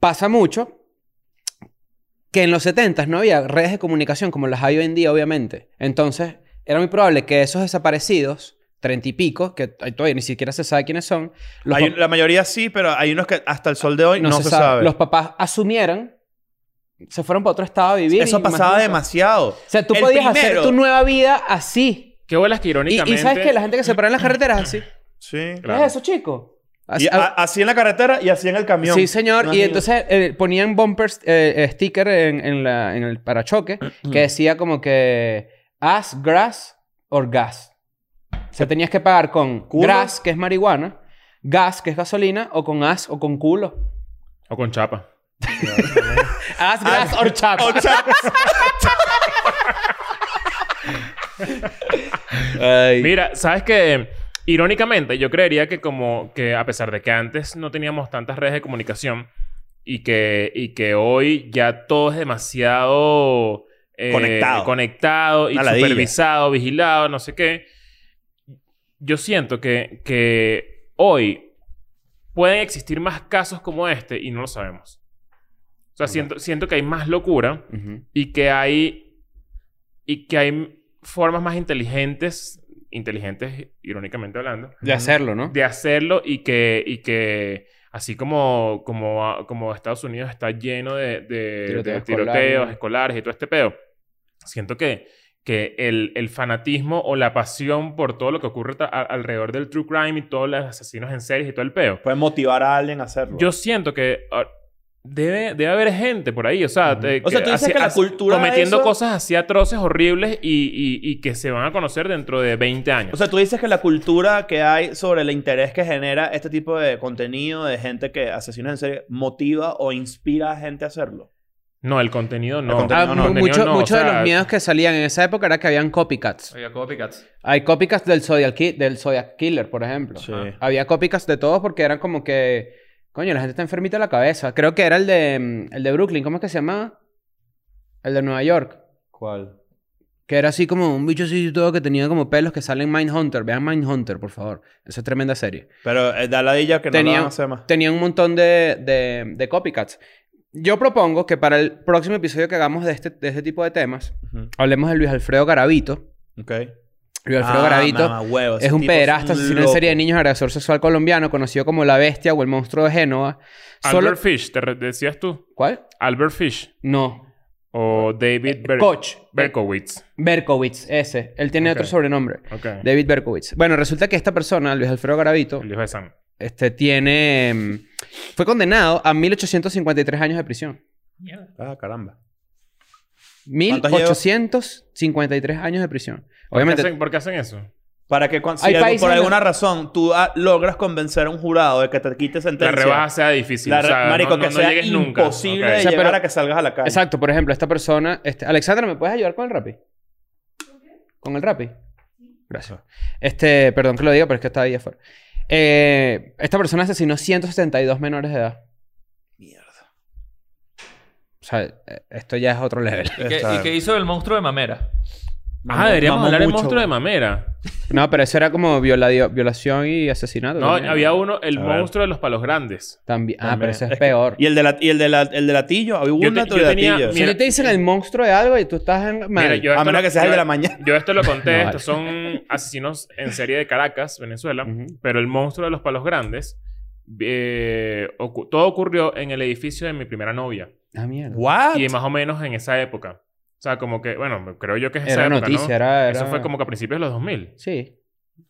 Speaker 4: pasa mucho que en los 70 no había redes de comunicación como las hay hoy en día, obviamente. Entonces, era muy probable que esos desaparecidos, treinta y pico, que t- todavía ni siquiera se sabe quiénes son, los
Speaker 3: Hay-
Speaker 4: pa-
Speaker 3: la mayoría sí, pero hay unos que hasta el sol de hoy no, se, sabe.
Speaker 4: los papás asumieron, se fueron para otro estado a vivir.
Speaker 3: Eso
Speaker 4: y
Speaker 3: pasaba
Speaker 4: imagínate.
Speaker 3: demasiado.
Speaker 4: O sea, tú
Speaker 3: El
Speaker 4: podías hacer
Speaker 3: primero-
Speaker 4: tu nueva vida así.
Speaker 2: Qué bolas que
Speaker 4: Y- Y,
Speaker 2: irónicamente...
Speaker 4: sabes que la gente que se para en las
Speaker 3: *laughs*
Speaker 4: carreteras así.
Speaker 3: Sí.
Speaker 2: Claro.
Speaker 4: ¿Qué es eso, chico?
Speaker 3: Y
Speaker 4: Así- ah,
Speaker 3: a- así en la carretera y así en el camión.
Speaker 4: Sí, señor. Y
Speaker 3: Imagínate.
Speaker 4: entonces eh, ponían bumpers, eh, eh, sticker en, en la- en el
Speaker 3: *clears throat*
Speaker 4: parachoque que decía como que as grass or gas. O sea, tenías que pagar con
Speaker 3: ¿Culo?
Speaker 4: grass, que es marihuana, gas, que es gasolina, o con as o con culo.
Speaker 2: O con chapa.
Speaker 4: As,
Speaker 3: *laughs*
Speaker 4: grass or chapa.
Speaker 3: *laughs* O
Speaker 4: *laughs*
Speaker 3: sea,
Speaker 2: Mira, sabes que irónicamente yo creería que como que a pesar de que antes no teníamos tantas redes de comunicación y que, y que hoy ya todo es demasiado eh,
Speaker 3: Conectado.
Speaker 2: conectado y
Speaker 3: Una ladilla.
Speaker 2: supervisado, vigilado, no sé qué, yo siento que, que hoy pueden existir más casos como este y no lo sabemos. O sea, siento, siento que hay más locura
Speaker 4: Ujú.
Speaker 2: y que hay y que hay formas más inteligentes inteligentes irónicamente hablando
Speaker 4: De hacerlo, ¿no?
Speaker 2: de hacerlo y que y que así como como ah, como Estados Unidos está lleno de, de-
Speaker 4: Tiroteos
Speaker 2: de
Speaker 4: escolares.
Speaker 2: tiroteos escolares y todo este pedo siento que que el, el fanatismo o la pasión por todo lo que ocurre ta- a- alrededor del true crime y todos los asesinos en series y todo el peo
Speaker 3: Pueden motivar a alguien a hacerlo.
Speaker 2: yo siento que ah, debe, debe haber gente por ahí. O sea,
Speaker 4: Ujú.
Speaker 2: te-
Speaker 3: O sea, tú dices que la cultura de
Speaker 2: Cometiendo
Speaker 3: eso-
Speaker 2: cosas así atroces, horribles y, y- y que se van a conocer dentro de 20 años.
Speaker 3: o sea, tú dices que la cultura que hay sobre el interés que genera este tipo de contenido de gente que asesina en serie motiva o inspira a gente a hacerlo.
Speaker 2: No, el contenido no.
Speaker 3: El contenido
Speaker 4: Ah,
Speaker 3: no,
Speaker 4: mu-
Speaker 2: contenido
Speaker 4: mucho-
Speaker 2: no, o
Speaker 4: Muchos de
Speaker 2: sea,
Speaker 4: los miedos que salían en esa época era que habían copycats.
Speaker 5: Había copycats.
Speaker 4: Hay copycats del Zodiac, Ki- del Zodiac Killer, por ejemplo.
Speaker 3: Sí.
Speaker 4: Había copycats de todos porque eran como que... Coño, la gente está enfermita de la cabeza. Creo que era el de, mm, el de Brooklyn. ¿Cómo es que se llamaba? El de Nueva York.
Speaker 3: ¿Cuál?
Speaker 4: Que era así como un bicho así y todo que tenía como pelos que salen Mindhunter. Vean Mindhunter, por favor. Esa es tremenda serie.
Speaker 3: Pero eh, da la dilla que no
Speaker 4: Tenía-
Speaker 3: la van a hacer más.
Speaker 4: Tenía un montón de, de, de copycats. Yo propongo que para el próximo episodio que hagamos de este, de este tipo de temas,
Speaker 3: Ujú.
Speaker 4: hablemos de Luis Alfredo Garavito.
Speaker 3: Ok.
Speaker 4: Luis Alfredo
Speaker 3: Ah,
Speaker 4: Garavito
Speaker 3: huevo,
Speaker 4: es un pederasta asesino en serie de niños agresor sexual colombiano conocido como La Bestia o El Monstruo de Génova. Solo...
Speaker 2: Albert Fish, te re- decías tú.
Speaker 4: ¿Cuál?
Speaker 2: Albert Fish
Speaker 4: No.
Speaker 2: o David Ber-
Speaker 4: Eh, Koch. Eh,
Speaker 2: Berkowitz.
Speaker 4: Berkowitz, ese. Él tiene
Speaker 2: Ok.
Speaker 4: otro sobrenombre.
Speaker 2: Ok.
Speaker 4: David Berkowitz. Bueno, resulta que esta persona, Luis Alfredo Garavito,
Speaker 2: El hijo de Sam.
Speaker 4: este, tiene... mm, Fue condenado a 1853 años de prisión.
Speaker 5: Mierda.
Speaker 3: Ah, caramba. ¿Cuántos lleva?
Speaker 4: 1853 años de
Speaker 2: Pues
Speaker 4: prisión.
Speaker 2: ¿Por
Speaker 4: Obviamente...
Speaker 2: qué hacen, por qué hacen eso?
Speaker 3: Para que cuan- si
Speaker 4: Hay
Speaker 3: algo-
Speaker 4: países
Speaker 3: por
Speaker 4: en los-
Speaker 3: alguna razón tú ah, logras convencer a un jurado de que te quites
Speaker 2: La
Speaker 3: sentencia.
Speaker 2: rebaja sea difícil.
Speaker 3: la
Speaker 2: o
Speaker 3: re-
Speaker 2: sea, no-
Speaker 3: marico,
Speaker 2: no,
Speaker 3: que
Speaker 2: no
Speaker 3: sea
Speaker 2: llegues nunca.
Speaker 3: imposible
Speaker 2: Ok.
Speaker 3: de
Speaker 4: O sea,
Speaker 3: llegar
Speaker 4: pero-
Speaker 3: a que salgas a la calle.
Speaker 4: Exacto. Por ejemplo, esta persona... Este, Alexandra, ¿me puedes ayudar con el Rappi? ¿Con el Rappi? Gracias. Este, perdón que lo diga, pero es que está ahí afuera. Eh, esta persona asesinó 172 menores de edad.
Speaker 3: Mierda.
Speaker 4: O sea, eh, esto ya es otro level. *laughs*
Speaker 5: ¿Y qué, y qué hizo el monstruo de mamera?
Speaker 2: Ah, deberíamos
Speaker 3: Mamó
Speaker 2: hablar del
Speaker 3: mucho,
Speaker 2: monstruo de
Speaker 3: güey.
Speaker 2: mamera.
Speaker 4: No, pero eso era como violadio- violación y asesinato.
Speaker 2: No,
Speaker 4: también.
Speaker 2: había uno, el
Speaker 3: A ver.
Speaker 2: monstruo de los palos grandes.
Speaker 4: También. Ah,
Speaker 3: También.
Speaker 4: pero eso es,
Speaker 3: Es que-
Speaker 4: peor.
Speaker 3: Y el de la, y el de la, el de latillo, había
Speaker 2: te-
Speaker 3: un
Speaker 2: yo
Speaker 3: dato
Speaker 2: tenía-
Speaker 3: de
Speaker 4: O
Speaker 3: latillo.
Speaker 4: sea,
Speaker 2: mira- eh,
Speaker 4: que te dicen el monstruo de algo y tú estás en. mal.
Speaker 2: Mira, yo
Speaker 3: A
Speaker 2: esto
Speaker 3: menos
Speaker 2: lo-
Speaker 3: que sea el de
Speaker 2: yo-
Speaker 3: la mañana.
Speaker 2: Yo esto lo conté,
Speaker 4: No,
Speaker 2: estos son asesinos en serie de Caracas, Venezuela,
Speaker 4: Ujú.
Speaker 2: pero el monstruo de los palos grandes, eh, ocu- todo ocurrió en el edificio de mi primera novia
Speaker 4: Ah, mierda.
Speaker 3: What?
Speaker 2: y más o menos en esa época. O sea, como que, bueno, creo yo que es esa
Speaker 4: Era
Speaker 2: época,
Speaker 4: noticia,
Speaker 2: ¿no?
Speaker 4: era, era-
Speaker 2: Eso fue como que a principios de los 2000.
Speaker 4: Sí.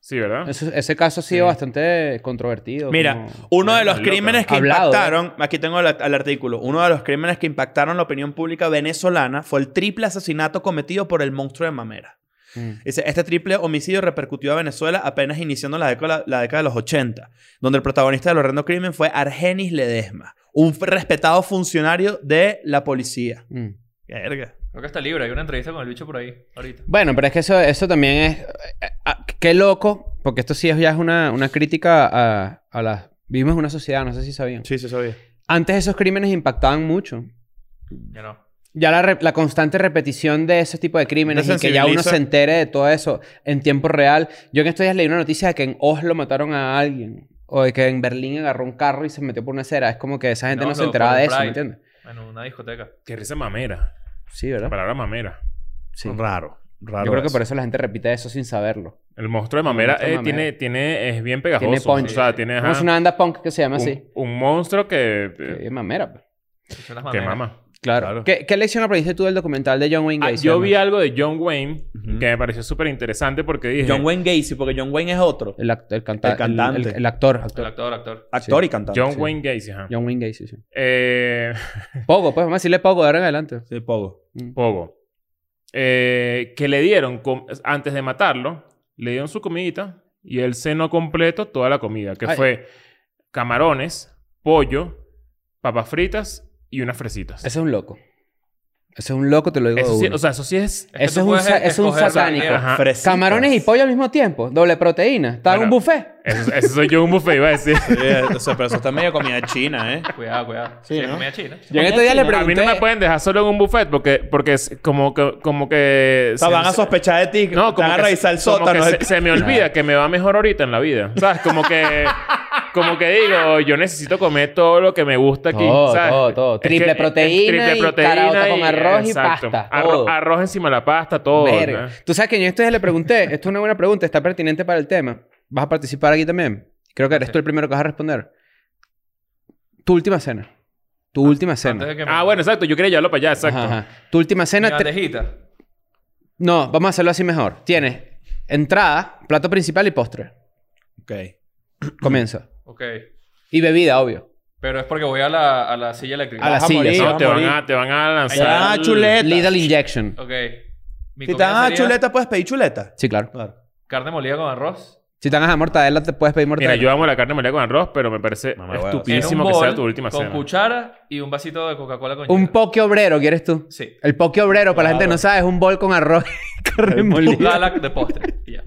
Speaker 2: Sí, ¿verdad?
Speaker 4: Eso- ese caso ha sido
Speaker 2: Sí.
Speaker 4: bastante controvertido.
Speaker 3: Mira,
Speaker 4: como-
Speaker 3: uno de
Speaker 2: Mierda,
Speaker 3: los
Speaker 2: loca.
Speaker 3: crímenes que
Speaker 4: Hablado, ¿eh?
Speaker 3: impactaron, aquí tengo el, el artículo, uno de los crímenes que impactaron la opinión pública venezolana fue el triple asesinato cometido por el monstruo de Mamera.
Speaker 4: Mm.
Speaker 3: Dice, este triple homicidio repercutió a Venezuela apenas iniciando la década, la década de los 80, donde el protagonista del horrendo crimen fue Argenis Ledesma, un f- respetado funcionario de la policía.
Speaker 4: Mm.
Speaker 3: Verga.
Speaker 5: Creo que está libre. Hay una entrevista con el bicho por ahí. Ahorita.
Speaker 4: Bueno, pero es que eso, eso también es. eh, eh, ah, qué loco, porque esto sí es, ya es una, una crítica a, a las. Vivimos en una sociedad, no sé si sabían.
Speaker 3: Sí, se sabía.
Speaker 4: Antes esos crímenes impactaban mucho.
Speaker 5: Ya no.
Speaker 4: Ya la, re- la constante repetición de ese tipo de crímenes
Speaker 3: Te
Speaker 4: y que ya uno
Speaker 3: sensibiliza.
Speaker 4: se entere de todo eso en tiempo real. Yo en estos días leí una noticia de que en Oslo mataron a alguien o de que en Berlín agarró un carro y se metió por una acera. Es como que esa gente no,
Speaker 5: No,
Speaker 4: se
Speaker 5: lo-
Speaker 4: enteraba
Speaker 5: por
Speaker 4: de
Speaker 5: el
Speaker 4: eso, ¿me
Speaker 5: Pride.
Speaker 4: entiendes?
Speaker 5: En una discoteca.
Speaker 2: Que risa mamera.
Speaker 4: Sí,
Speaker 2: La
Speaker 4: ¿verdad?
Speaker 2: palabra mamera.
Speaker 4: Sí.
Speaker 3: Raro, raro.
Speaker 4: Yo creo que
Speaker 3: eso.
Speaker 4: por eso la gente repite eso sin saberlo.
Speaker 2: El monstruo de mamera,
Speaker 4: monstruo de
Speaker 2: eh,
Speaker 4: mamera.
Speaker 2: Tiene, tiene, es bien pegajoso.
Speaker 4: Tiene punch.
Speaker 2: O sea, tiene ajá,
Speaker 4: Es una banda punk que se llama así.
Speaker 2: un, un monstruo que, eh,
Speaker 4: Qué mamera. pues.
Speaker 5: Son las
Speaker 2: que
Speaker 5: mameras.
Speaker 2: mama.
Speaker 4: Claro.
Speaker 3: Claro.
Speaker 4: ¿Qué, qué lección aprendiste tú del documental de John Wayne
Speaker 2: Ah,
Speaker 4: Gacy?
Speaker 2: yo vi
Speaker 4: además?
Speaker 2: algo de John Wayne
Speaker 3: Ujú.
Speaker 2: que me pareció súper interesante porque dije...
Speaker 3: John Wayne Gacy, porque John Wayne es otro.
Speaker 4: El, act- el, canta-
Speaker 3: El cantante.
Speaker 4: El, el- el actor, actor.
Speaker 5: El actor, actor.
Speaker 3: Actor
Speaker 4: Sí.
Speaker 3: y cantante.
Speaker 2: John
Speaker 3: Sí.
Speaker 2: Wayne Gacy, ajá.
Speaker 4: John Wayne Gacy, sí.
Speaker 2: Eh,
Speaker 4: Pogo, pues vamos a decirle Pogo de ahora en adelante.
Speaker 3: Sí, Pogo.
Speaker 4: Mm.
Speaker 2: Pogo. Eh, que le dieron, com- antes de matarlo, le dieron su comidita y él cenó completo toda la comida, que
Speaker 4: Ay.
Speaker 2: fue camarones, pollo, papas fritas y unas fresitas.
Speaker 4: Ese es un loco. Ese es un loco, te lo digo.
Speaker 2: Eso
Speaker 4: de
Speaker 2: sí,
Speaker 4: una.
Speaker 2: o sea, eso sí es...
Speaker 5: que
Speaker 4: Eso
Speaker 5: tú
Speaker 4: es un
Speaker 5: puedes
Speaker 4: sa- es un
Speaker 5: escoger, o sea,
Speaker 4: satánico.
Speaker 5: mira,
Speaker 2: Ajá.
Speaker 3: Fresitas.
Speaker 4: Camarones y pollo al mismo tiempo. Doble proteína. Estaba en un
Speaker 2: pues. Bueno.
Speaker 4: buffet.
Speaker 2: Eso, eso soy yo un buffet, iba a decir.
Speaker 3: Sí, o sea, pero eso está medio comida china, ¿eh?
Speaker 5: Cuidado, cuidado.
Speaker 3: Sí, ¿no?
Speaker 5: comida china.
Speaker 4: *laughs* Yo en estos días le
Speaker 2: A mí
Speaker 4: pregunté...
Speaker 2: no me pueden dejar solo en un buffet porque, porque es como que... Como que
Speaker 3: O sea, van a sospechar de ti.
Speaker 2: No, como
Speaker 3: van a
Speaker 2: que,
Speaker 3: revisar el
Speaker 2: como
Speaker 3: sótano. ¿eh?
Speaker 2: que se, se me olvida que me va mejor ahorita en la vida. ¿Sabes? Como que... Como que digo, yo necesito comer todo lo que me gusta aquí.
Speaker 4: Todo,
Speaker 2: ¿sabes?
Speaker 4: todo, todo.
Speaker 2: Es
Speaker 4: Triple proteína y caraota con arroz y
Speaker 2: exacto.
Speaker 4: pasta,
Speaker 2: Arro-
Speaker 4: todo.
Speaker 2: arroz encima de la pasta, todo.
Speaker 4: Verga.
Speaker 2: ¿no?
Speaker 4: Tú sabes que yo en estos días le pregunté... *laughs* Esto es una buena pregunta. Está pertinente para el tema. ¿Vas a participar aquí también? Creo que eres
Speaker 5: Sí.
Speaker 4: tú el primero que vas a responder. Tu última cena. Tu última
Speaker 5: Antes de
Speaker 4: cena.
Speaker 5: que me-
Speaker 2: Ah, bueno, exacto. Yo quería llevarlo para allá, exacto.
Speaker 4: Ajá, ajá. Tu última
Speaker 5: Mi
Speaker 4: cena... te-
Speaker 5: bandejita.
Speaker 4: No, vamos a hacerlo así mejor. Tienes entrada, plato principal y postre.
Speaker 3: Ok.
Speaker 4: Comienza.
Speaker 5: Ok.
Speaker 4: Y bebida, obvio.
Speaker 5: Pero es porque voy a la, a la silla eléctrica.
Speaker 4: A la
Speaker 3: Vas
Speaker 4: silla,
Speaker 3: morir,
Speaker 4: sí.
Speaker 2: No,
Speaker 3: vas
Speaker 2: te van,
Speaker 3: morir.
Speaker 2: a, te van a lanzar...
Speaker 3: Ah,
Speaker 2: el-
Speaker 3: chuleta.
Speaker 4: Little injection.
Speaker 5: Ok. Mi
Speaker 3: Si te
Speaker 5: comida
Speaker 3: dan
Speaker 5: sería
Speaker 3: chuleta, puedes pedir chuleta.
Speaker 4: Sí, claro.
Speaker 3: Claro.
Speaker 5: Carne molida con arroz.
Speaker 4: Si te ganas a mortadela, te puedes pedir mortadela.
Speaker 2: Mira, yo amo la carne molida con arroz, pero me parece
Speaker 3: Mamá huevo.
Speaker 2: estupidísimo que sea tu última
Speaker 5: con
Speaker 2: cena.
Speaker 5: cuchara y un vasito de Coca-Cola con
Speaker 4: Un
Speaker 5: hielo.
Speaker 4: poke obrero, ¿quieres tú? *laughs*
Speaker 5: Sí.
Speaker 4: El poke obrero, para la gente que
Speaker 3: Claro.
Speaker 4: no sabe, es un bol con arroz y *laughs* carne molida.
Speaker 5: Lala de postre. y ya.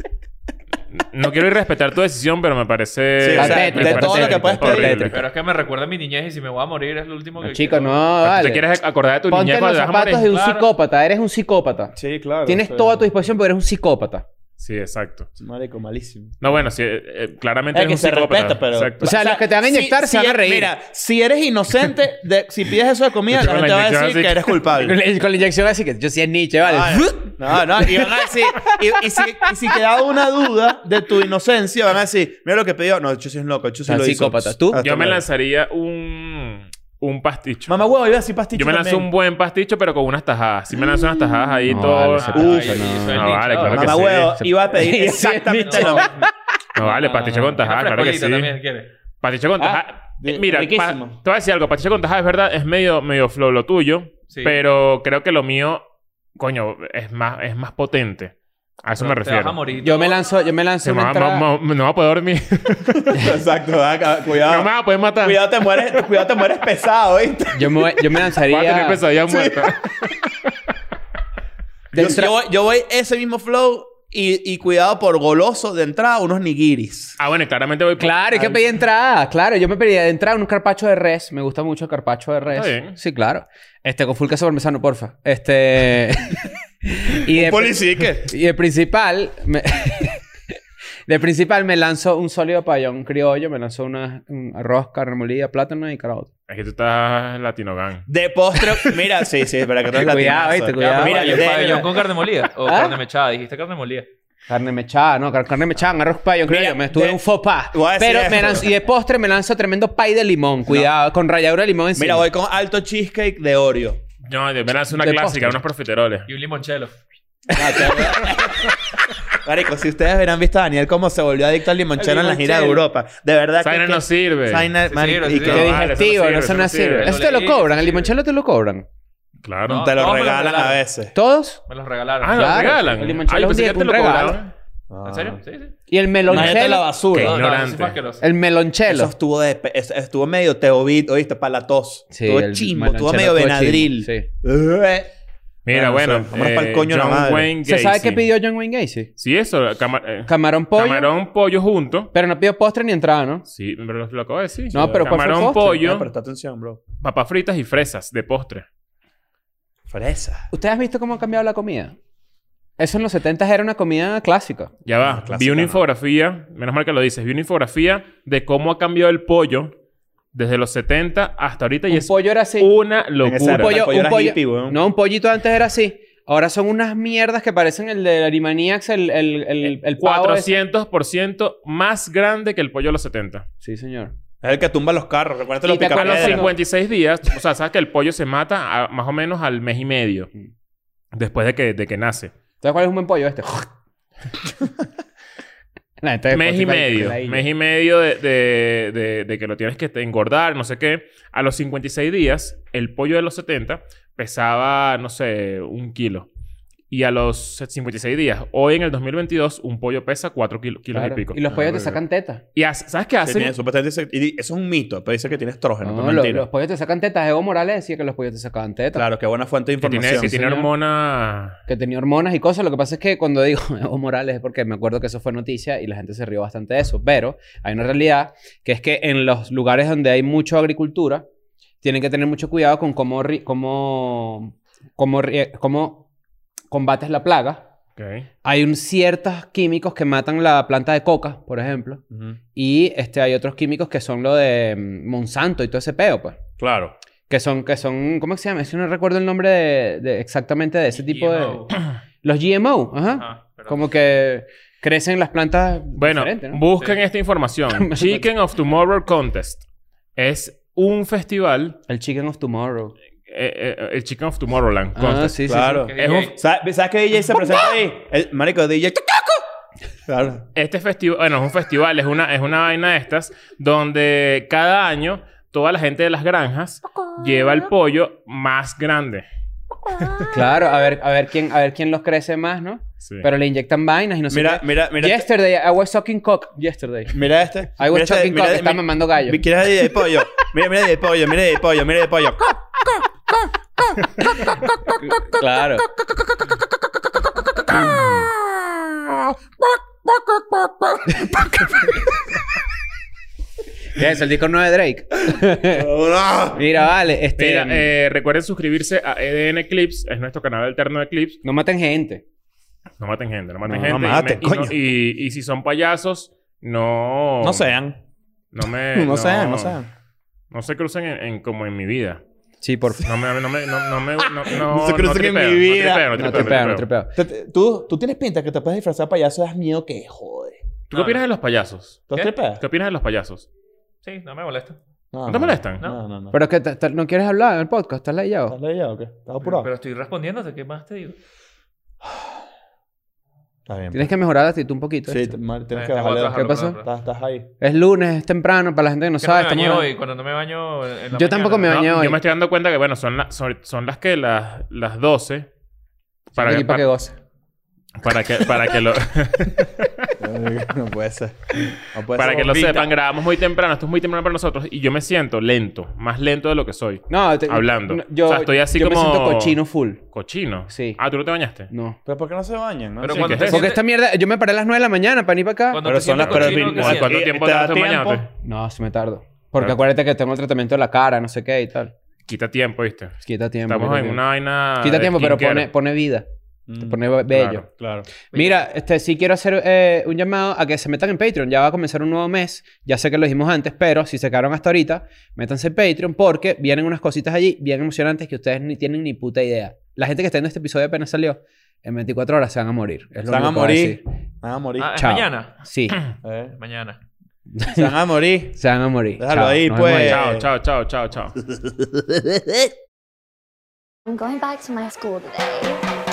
Speaker 2: No quiero irrespetar tu decisión, pero me parece...
Speaker 3: Sí,
Speaker 2: me
Speaker 4: o sea,
Speaker 2: parece
Speaker 4: de todo lo que
Speaker 3: puedes
Speaker 2: horrible.
Speaker 4: pedir. Tétrico.
Speaker 5: Pero es que me recuerda a mi niñez y si me voy a morir es lo último que.
Speaker 4: No, chicos, no,
Speaker 2: ¿Te
Speaker 4: vale.
Speaker 2: quieres acordar de tu
Speaker 4: Ponte
Speaker 2: niñez
Speaker 4: en
Speaker 2: cuando
Speaker 4: los
Speaker 2: te vas a morir?
Speaker 4: zapatos de un
Speaker 5: Claro.
Speaker 4: psicópata. Eres un psicópata.
Speaker 3: Sí, claro.
Speaker 4: Tienes todo a tu disposición, pero eres un psicópata.
Speaker 2: Sí, exacto.
Speaker 3: Marico, malísimo.
Speaker 2: No, bueno, sí, eh, eh, claramente
Speaker 3: Es que
Speaker 2: eres
Speaker 3: se
Speaker 2: un psicópata.
Speaker 3: respeta, pero... pues,
Speaker 2: Exacto.
Speaker 4: O sea, los que te van a inyectar se van a
Speaker 3: eres-
Speaker 4: reír.
Speaker 3: Mira, si eres inocente, de- si pides eso de comida,
Speaker 2: Yo
Speaker 3: la
Speaker 2: con
Speaker 3: gente
Speaker 2: la
Speaker 3: va a
Speaker 2: inyección
Speaker 3: decir
Speaker 2: así.
Speaker 3: que eres
Speaker 2: *laughs*
Speaker 4: Con
Speaker 3: culpable.
Speaker 4: la, con la inyección así que yo sí es Nietzsche, ¿vale?
Speaker 3: Ah, No, no, y van a decir... Y, y si, y si quedaba una duda de tu inocencia, van a decir... Mira lo que pidió. No, yo soy un loco, yo soy
Speaker 4: Tan
Speaker 3: lo hizo.
Speaker 4: psicópata. ¿Tú?
Speaker 3: Hasta
Speaker 2: Yo me
Speaker 3: luego.
Speaker 2: lanzaría un... Un pasticho.
Speaker 3: Mamá huevo, iba a decir pasticho
Speaker 2: Yo me lancé un
Speaker 3: también.
Speaker 2: buen pasticho, pero con unas tajadas. Sí me lancé unas tajadas ahí
Speaker 4: No,
Speaker 2: todo.
Speaker 4: vale, se puso,
Speaker 5: Ay,
Speaker 4: no.
Speaker 5: Ah, soy el
Speaker 2: No, vale,
Speaker 5: nicho.
Speaker 2: claro que
Speaker 3: Mamá
Speaker 2: sí.
Speaker 3: huevo, iba
Speaker 2: *laughs*
Speaker 3: a pedir
Speaker 4: Sí,
Speaker 3: exactamente
Speaker 5: No, Ah,
Speaker 3: lo mismo.
Speaker 2: No vale, pasticho con tajadas,
Speaker 5: Una
Speaker 2: claro que sí.
Speaker 5: frescolita también, ¿quieres?
Speaker 2: Pasticho con
Speaker 3: Ah,
Speaker 2: tajadas.
Speaker 3: de-
Speaker 2: Mira, pa- te
Speaker 3: riquísimo.
Speaker 2: voy a decir algo. Pasticho con tajadas es verdad, es medio, medio flow lo tuyo.
Speaker 5: Sí.
Speaker 2: Pero creo que lo mío, coño, es más, es más potente. A eso
Speaker 5: Pero
Speaker 2: me
Speaker 5: te
Speaker 2: refiero.
Speaker 5: vas a morir.
Speaker 4: *laughs* Yo me lanzo, yo me
Speaker 2: Se
Speaker 4: lanzo
Speaker 2: me
Speaker 4: una
Speaker 2: va-
Speaker 4: entrada.
Speaker 2: ma- ma- no va a poder dormir. *laughs*
Speaker 3: Exacto, ah, ca-
Speaker 2: no
Speaker 3: cuidado.
Speaker 2: me va a poder matar.
Speaker 3: Cuidado te mueres, cuidado te mueres pesado, ¿viste?
Speaker 4: Yo me,
Speaker 2: *laughs*
Speaker 4: yo me lanzaría.
Speaker 2: Voy a tener pesadillas
Speaker 3: *laughs*
Speaker 2: muertas.
Speaker 4: de
Speaker 3: yo,
Speaker 4: entra-
Speaker 3: yo voy, yo voy ese mismo flow y, y cuidado por goloso de entrada unos nigiris.
Speaker 2: Ah, bueno, y claramente voy... por-
Speaker 4: Claro, es que pedí entrada. Claro, yo me pedí de entrada un carpacho de res. Me gusta mucho el carpacho de res.
Speaker 2: Está bien.
Speaker 4: Sí, claro. Este, con full queso parmesano, porfa.
Speaker 2: *laughs*
Speaker 4: Este. y, de,
Speaker 3: Policía, ¿qué?
Speaker 4: y de principal. me- *laughs* de principal me lanzo un sólido pabellón criollo. Me lanzo una, un arroz, carne molida, plátano y carabota.
Speaker 2: Es que tú estás latinogan.
Speaker 3: De postre, mira, sí, sí, para que tú eres
Speaker 4: Cuidado,
Speaker 3: latinazo.
Speaker 4: ¿viste?
Speaker 5: Ya,
Speaker 4: Cuidado.
Speaker 5: pero
Speaker 3: Mira,
Speaker 5: pabellón-
Speaker 3: de-
Speaker 5: pabellón con carne molida o
Speaker 4: ¿Ah?
Speaker 5: carne mechada. Dijiste carne molida.
Speaker 4: Carne mechada, no, car- carne mechada, un arroz payo, creo
Speaker 3: Mira,
Speaker 4: yo. Me estuve
Speaker 3: de-
Speaker 4: un faux pas.
Speaker 3: Voy a decir
Speaker 4: Pero me
Speaker 3: esto.
Speaker 4: lanzo, y de postre me lanzo tremendo pay de limón, cuidado, con ralladura de limón encima.
Speaker 3: Mira, voy con alto cheesecake de Oreo.
Speaker 2: No, de verdad es una
Speaker 4: De
Speaker 2: clásica,
Speaker 4: postre.
Speaker 2: unos profiteroles.
Speaker 5: Y un limonchelo.
Speaker 4: *laughs*
Speaker 3: Marico, si ustedes hubieran visto a Daniel cómo se volvió adicto al limonchero en la gira de Europa. De verdad que...
Speaker 2: Zaina
Speaker 3: que-
Speaker 2: no sirve.
Speaker 3: Zaina,
Speaker 5: Sí,
Speaker 3: marico,
Speaker 5: sí,
Speaker 3: y
Speaker 5: sí,
Speaker 3: que-
Speaker 5: sí.
Speaker 4: Qué
Speaker 2: vale, eso no
Speaker 4: digestivo,
Speaker 2: sirve,
Speaker 4: no, eso no sirve. Eso
Speaker 5: Lo
Speaker 4: te lo
Speaker 5: leí,
Speaker 4: cobran,
Speaker 5: sí.
Speaker 4: el limonchelo te lo cobran.
Speaker 2: Claro.
Speaker 5: No.
Speaker 3: Te lo
Speaker 5: todos me lo
Speaker 3: regalan a
Speaker 5: regalaron.
Speaker 3: veces.
Speaker 4: ¿Todos?
Speaker 5: Me los regalaron.
Speaker 2: Ah, lo
Speaker 4: Claro,
Speaker 2: regalan.
Speaker 4: el limonchelo
Speaker 2: Ay, yo
Speaker 4: es un
Speaker 2: pensé
Speaker 4: día-
Speaker 2: que te
Speaker 4: un
Speaker 2: lo
Speaker 4: regalo.
Speaker 2: cobraban.
Speaker 5: ¿En serio? Sí, sí.
Speaker 4: Y el
Speaker 3: Imagínate la
Speaker 4: melonchelo.
Speaker 3: basura.
Speaker 2: Ah. ¿Qué?
Speaker 5: eso
Speaker 2: Ignorante.
Speaker 5: es asqueroso.
Speaker 4: El
Speaker 3: Eso
Speaker 4: melonchelo.
Speaker 3: estuvo, de, pe- es- estuvo medio teobit, ¿oíste? Para la tos.
Speaker 4: Sí,
Speaker 3: estuvo
Speaker 4: el
Speaker 3: chimbo, estuvo
Speaker 4: melonchelo
Speaker 3: medio
Speaker 4: estuvo
Speaker 3: Benadryl. *laughs*
Speaker 4: chimbo, sí.
Speaker 3: Eh.
Speaker 2: Mira,
Speaker 3: Bueno, o
Speaker 2: bueno. eh,
Speaker 3: sea, vamos pa'l coño la
Speaker 2: John
Speaker 3: madre.
Speaker 2: Wayne
Speaker 4: ¿Se
Speaker 2: Gacy.
Speaker 4: sabe qué pidió John Wayne Gacy?
Speaker 2: Sí, eso. cama- eh,
Speaker 4: Camarón pollo.
Speaker 2: Camarón pollo junto.
Speaker 4: Pero no pidió postre ni entrada, ¿no?
Speaker 2: Sí, pero lo, lo acabo de decir.
Speaker 4: No, pero ¿cuál fue el
Speaker 2: Camarón
Speaker 4: postre?
Speaker 3: Ah,
Speaker 2: pollo,
Speaker 3: presta atención, bro.
Speaker 2: papas fritas y fresas de postre.
Speaker 3: Fresa.
Speaker 4: ¿Ustedes han visto cómo ha cambiado la comida? Eso en los 70 era una comida clásica.
Speaker 2: Ya va.
Speaker 3: No, clásica,
Speaker 2: vi una
Speaker 3: no.
Speaker 2: infografía, menos mal que lo dices, vi una infografía de cómo ha cambiado el pollo desde los 70 hasta ahorita y
Speaker 4: Un
Speaker 2: es
Speaker 4: pollo era así.
Speaker 2: una
Speaker 3: esa
Speaker 2: locura.
Speaker 3: época el
Speaker 4: pollo-
Speaker 3: pollo
Speaker 4: un
Speaker 3: era
Speaker 4: pollo-
Speaker 3: hippie, weón.
Speaker 4: No, un pollito antes era así. Ahora son unas mierdas que parecen el de Arimaniacs, el, el,
Speaker 2: Eh,
Speaker 4: el, el pavo ese.
Speaker 2: 400% más grande que el pollo de los 70.
Speaker 4: Sí, señor.
Speaker 3: Es el que tumba los carros. Recuérdate los
Speaker 4: Y te
Speaker 2: A los
Speaker 4: Piedra.
Speaker 3: picapiedras.
Speaker 4: cincuenta.
Speaker 2: 56 días, o sea, sabes que el pollo se mata a- más o menos al mes y medio
Speaker 4: Mm.
Speaker 2: después de que, de que nace.
Speaker 4: ¿Sabes cuál es un buen
Speaker 2: *laughs*
Speaker 4: pollo este? La gente de
Speaker 2: mes y
Speaker 4: Spotify pues, que
Speaker 2: medio.
Speaker 4: la hilla.
Speaker 2: Mes y medio de, de- de- de que lo tienes que te- engordar, no sé qué. A los 56 días, el pollo de los 70 pesaba, no sé, un kilo. Y a los 56 días, hoy en el 2022, un pollo pesa 4 kilos
Speaker 4: Claro.
Speaker 2: y pico.
Speaker 4: Y los pollos
Speaker 3: Ah,
Speaker 4: te sacan teta.
Speaker 2: Y hace- ¿sabes qué
Speaker 3: Que
Speaker 2: hacen?
Speaker 3: tiene, supuestamente dice- y di- eso es un mito, pero dice que tiene estrógeno.
Speaker 4: No,
Speaker 3: pero
Speaker 2: pues
Speaker 3: es
Speaker 4: los,
Speaker 3: mentira.
Speaker 4: los pollos te sacan tetas. Evo Morales decía que los pollos te sacaban tetas.
Speaker 3: Claro, qué buena fuente de
Speaker 2: que tiene,
Speaker 3: información.
Speaker 2: que tiene
Speaker 4: señor.
Speaker 2: hormona...
Speaker 4: Que tenía hormonas y cosas. Lo que pasa es que cuando digo *laughs* Evo Morales es porque me acuerdo que eso fue noticia y la gente se rió bastante de eso. Pero hay una realidad que es que en los lugares donde hay mucha agricultura tienen que tener mucho cuidado con cómo, ri- cómo, cómo, ri- cómo combates la plaga.
Speaker 2: Ok.
Speaker 4: Hay un- ciertos químicos que matan la planta de coca, por ejemplo.
Speaker 3: Ujú.
Speaker 4: Y este, hay otros químicos que son lo de mm, Monsanto y todo ese peo, pues.
Speaker 3: Claro.
Speaker 4: Que son, que son, ¿cómo se llama? Es que no recuerdo el nombre de, de- exactamente de ese tipo
Speaker 5: GMO.
Speaker 4: de... Los GMO, ajá.
Speaker 5: Ah, pero-
Speaker 4: Como que crecen las plantas
Speaker 2: Bueno,
Speaker 4: diferente, ¿no?
Speaker 2: busquen
Speaker 5: Sí.
Speaker 2: esta información. Chicken of Tomorrow Contest. Es un festival...
Speaker 4: El Chicken of Tomorrow.
Speaker 2: eh, eh, el Chicken of Tomorrowland
Speaker 4: Ah,
Speaker 2: Contest.
Speaker 4: sí, sí,
Speaker 3: Claro.
Speaker 4: sí.
Speaker 5: Que
Speaker 2: Es un-
Speaker 5: DJ.
Speaker 3: ¿Sabes, sabes qué DJ se presenta ahí? El marico DJ. Claro.
Speaker 2: Este festival, bueno, es un festival, es una, es una vaina de estas, donde cada año toda la gente de las granjas lleva el pollo más grande.
Speaker 4: Claro, a ver, a ver quién, a ver quién los crece más, ¿no?
Speaker 2: Sí.
Speaker 4: Pero le inyectan vainas y no sé
Speaker 3: Mira,
Speaker 4: qué.
Speaker 3: mira, mira.
Speaker 4: Yesterday, I was sucking cock. Yesterday.
Speaker 3: Mira este.
Speaker 4: I was
Speaker 3: Mira este,
Speaker 4: sucking
Speaker 3: mira,
Speaker 4: cock. Está
Speaker 3: mi-
Speaker 4: mamando gallo.
Speaker 3: mi- ¿Quieres de pollo? Mira, mira de pollo, mira de pollo, mira de *laughs* pollo.
Speaker 4: *laughs* Claro. ¿Qué es? El disco no de Drake. Mira, vale. Este,
Speaker 2: Mira, eh, recuerden suscribirse a EDN Clips, es nuestro canal alterno de clips.
Speaker 4: No maten gente.
Speaker 2: No maten gente, no maten
Speaker 3: No,
Speaker 2: gente.
Speaker 3: no maten,
Speaker 2: y, me- y no-
Speaker 3: coño.
Speaker 2: y- y si son payasos, no.
Speaker 3: No sean.
Speaker 2: No me.
Speaker 3: *laughs* No sean, Eh, no sean.
Speaker 2: No se crucen en, en- como en mi vida.
Speaker 4: Sí, por favor.
Speaker 2: No me. No me. No, no me. No, no,
Speaker 3: No se crucen en mi
Speaker 2: tripeo,
Speaker 3: vida.
Speaker 2: No tripeo, no
Speaker 4: No
Speaker 2: tripeo, no
Speaker 4: tripeo, no
Speaker 2: tripeo.
Speaker 4: tripeo.
Speaker 3: Te- te- Tú, tú tienes pinta que te puedes disfrazar de payaso, das miedo que jode.
Speaker 2: ¿Tú qué
Speaker 5: No,
Speaker 2: opinas
Speaker 5: no.
Speaker 2: de los payasos?
Speaker 3: ¿Tú
Speaker 5: ¿Qué?
Speaker 3: tripeas?
Speaker 2: ¿Qué opinas de los payasos?
Speaker 5: Sí, no me molesta.
Speaker 2: ¿No te molestan?
Speaker 3: No, no, no.
Speaker 4: Pero es que te- te- no quieres hablar en el podcast. ¿Estás
Speaker 3: ¿Estás
Speaker 4: leyado?
Speaker 3: leído o qué? ¿Estás
Speaker 5: Pero,
Speaker 3: apurado?
Speaker 5: pero estoy respondiéndote. ¿Qué más te digo?
Speaker 3: Está bien.
Speaker 4: Tienes que mejorar la actitud un poquito.
Speaker 3: Sí,
Speaker 4: esto.
Speaker 3: te- mal-
Speaker 5: Eh,
Speaker 3: tienes que
Speaker 5: tengo
Speaker 3: bajarle.
Speaker 5: que
Speaker 3: dos.
Speaker 5: trabajarlo,
Speaker 4: pasó?
Speaker 5: perdón, perdón.
Speaker 3: Estás, estás ahí.
Speaker 4: Es lunes, es temprano. Para la gente que no
Speaker 5: Que no
Speaker 4: sabe,
Speaker 5: me
Speaker 4: estamos...
Speaker 5: bañé
Speaker 4: grabando.
Speaker 5: hoy. Cuando no me baño en la
Speaker 4: Yo tampoco me
Speaker 5: mañana.
Speaker 2: No,
Speaker 4: bañé hoy.
Speaker 2: yo me estoy dando cuenta que, bueno, son, las son, son las que las, las 12. Para,
Speaker 4: Aquí
Speaker 2: que,
Speaker 4: para que
Speaker 2: para,
Speaker 4: goce.
Speaker 2: para que, para que lo,
Speaker 3: *laughs* no puede ser. No
Speaker 2: *laughs*
Speaker 3: puede
Speaker 2: para
Speaker 3: ser.
Speaker 2: que lo
Speaker 3: Bombita.
Speaker 2: sepan, grabamos muy temprano. Esto es muy temprano para nosotros. Y yo me siento lento. Más lento de lo que soy.
Speaker 4: No, te-
Speaker 2: Hablando.
Speaker 4: no, Yo,
Speaker 2: O sea, estoy así
Speaker 4: yo
Speaker 2: como-
Speaker 4: me siento cochino full.
Speaker 2: Cochino.
Speaker 4: Sí.
Speaker 2: Ah, ¿tú no te bañaste?
Speaker 4: No.
Speaker 3: ¿Pero por qué no se bañan? No
Speaker 5: Pero
Speaker 3: sé.
Speaker 2: cuando-
Speaker 5: cuando
Speaker 2: ¿qué es
Speaker 5: te
Speaker 2: eso?
Speaker 4: Porque esta mierda... Yo me paré a las 9 de la mañana para ir para acá.
Speaker 5: Cuando
Speaker 3: Pero
Speaker 5: te
Speaker 3: son las-
Speaker 5: sientes
Speaker 3: pero-
Speaker 5: cochino, ¿qué
Speaker 3: no,
Speaker 5: sientes?
Speaker 2: ¿Cuánto
Speaker 3: ¿Y
Speaker 2: tiempo
Speaker 3: te da
Speaker 2: tardas en
Speaker 3: tiempo?
Speaker 2: bañarte?
Speaker 4: No, se me tardo. Porque
Speaker 2: Claro.
Speaker 4: acuérdate que tengo el tratamiento de la cara, no sé qué y tal.
Speaker 2: Quita tiempo, ¿viste?
Speaker 4: Quita tiempo.
Speaker 2: Estamos
Speaker 4: quita
Speaker 2: en
Speaker 4: tiempo.
Speaker 2: una vaina.
Speaker 4: Quita
Speaker 2: de
Speaker 4: tiempo, pero
Speaker 2: skincare.
Speaker 4: pone, pone vida. Te
Speaker 3: Mm,
Speaker 4: pone be- bello.
Speaker 2: claro.
Speaker 3: Claro.
Speaker 4: Mira, este, sí quiero hacer eh, un llamado a que se metan en Patreon. Ya va a comenzar un nuevo mes. Ya sé que lo dijimos antes, pero si se quedaron hasta ahorita, métanse en Patreon porque vienen unas cositas allí bien emocionantes que ustedes ni tienen ni puta idea. La gente que está en este episodio apenas salió, en 24 horas se van a morir. Es
Speaker 3: Se
Speaker 4: lo
Speaker 3: van a
Speaker 4: único que voy
Speaker 3: morir.
Speaker 4: decir.
Speaker 3: Van a morir.
Speaker 5: Ah, ¿es
Speaker 4: Chao.
Speaker 5: mañana.
Speaker 4: Sí,
Speaker 3: Eh.
Speaker 5: Mañana.
Speaker 3: Se van a morir.
Speaker 4: se van a morir.
Speaker 3: Déjalo
Speaker 4: Chao,
Speaker 3: ahí,
Speaker 4: nos vemos
Speaker 3: pues.
Speaker 4: allá.
Speaker 2: Chao, chao, chao, chao, chao.
Speaker 1: I'm going back to my school today.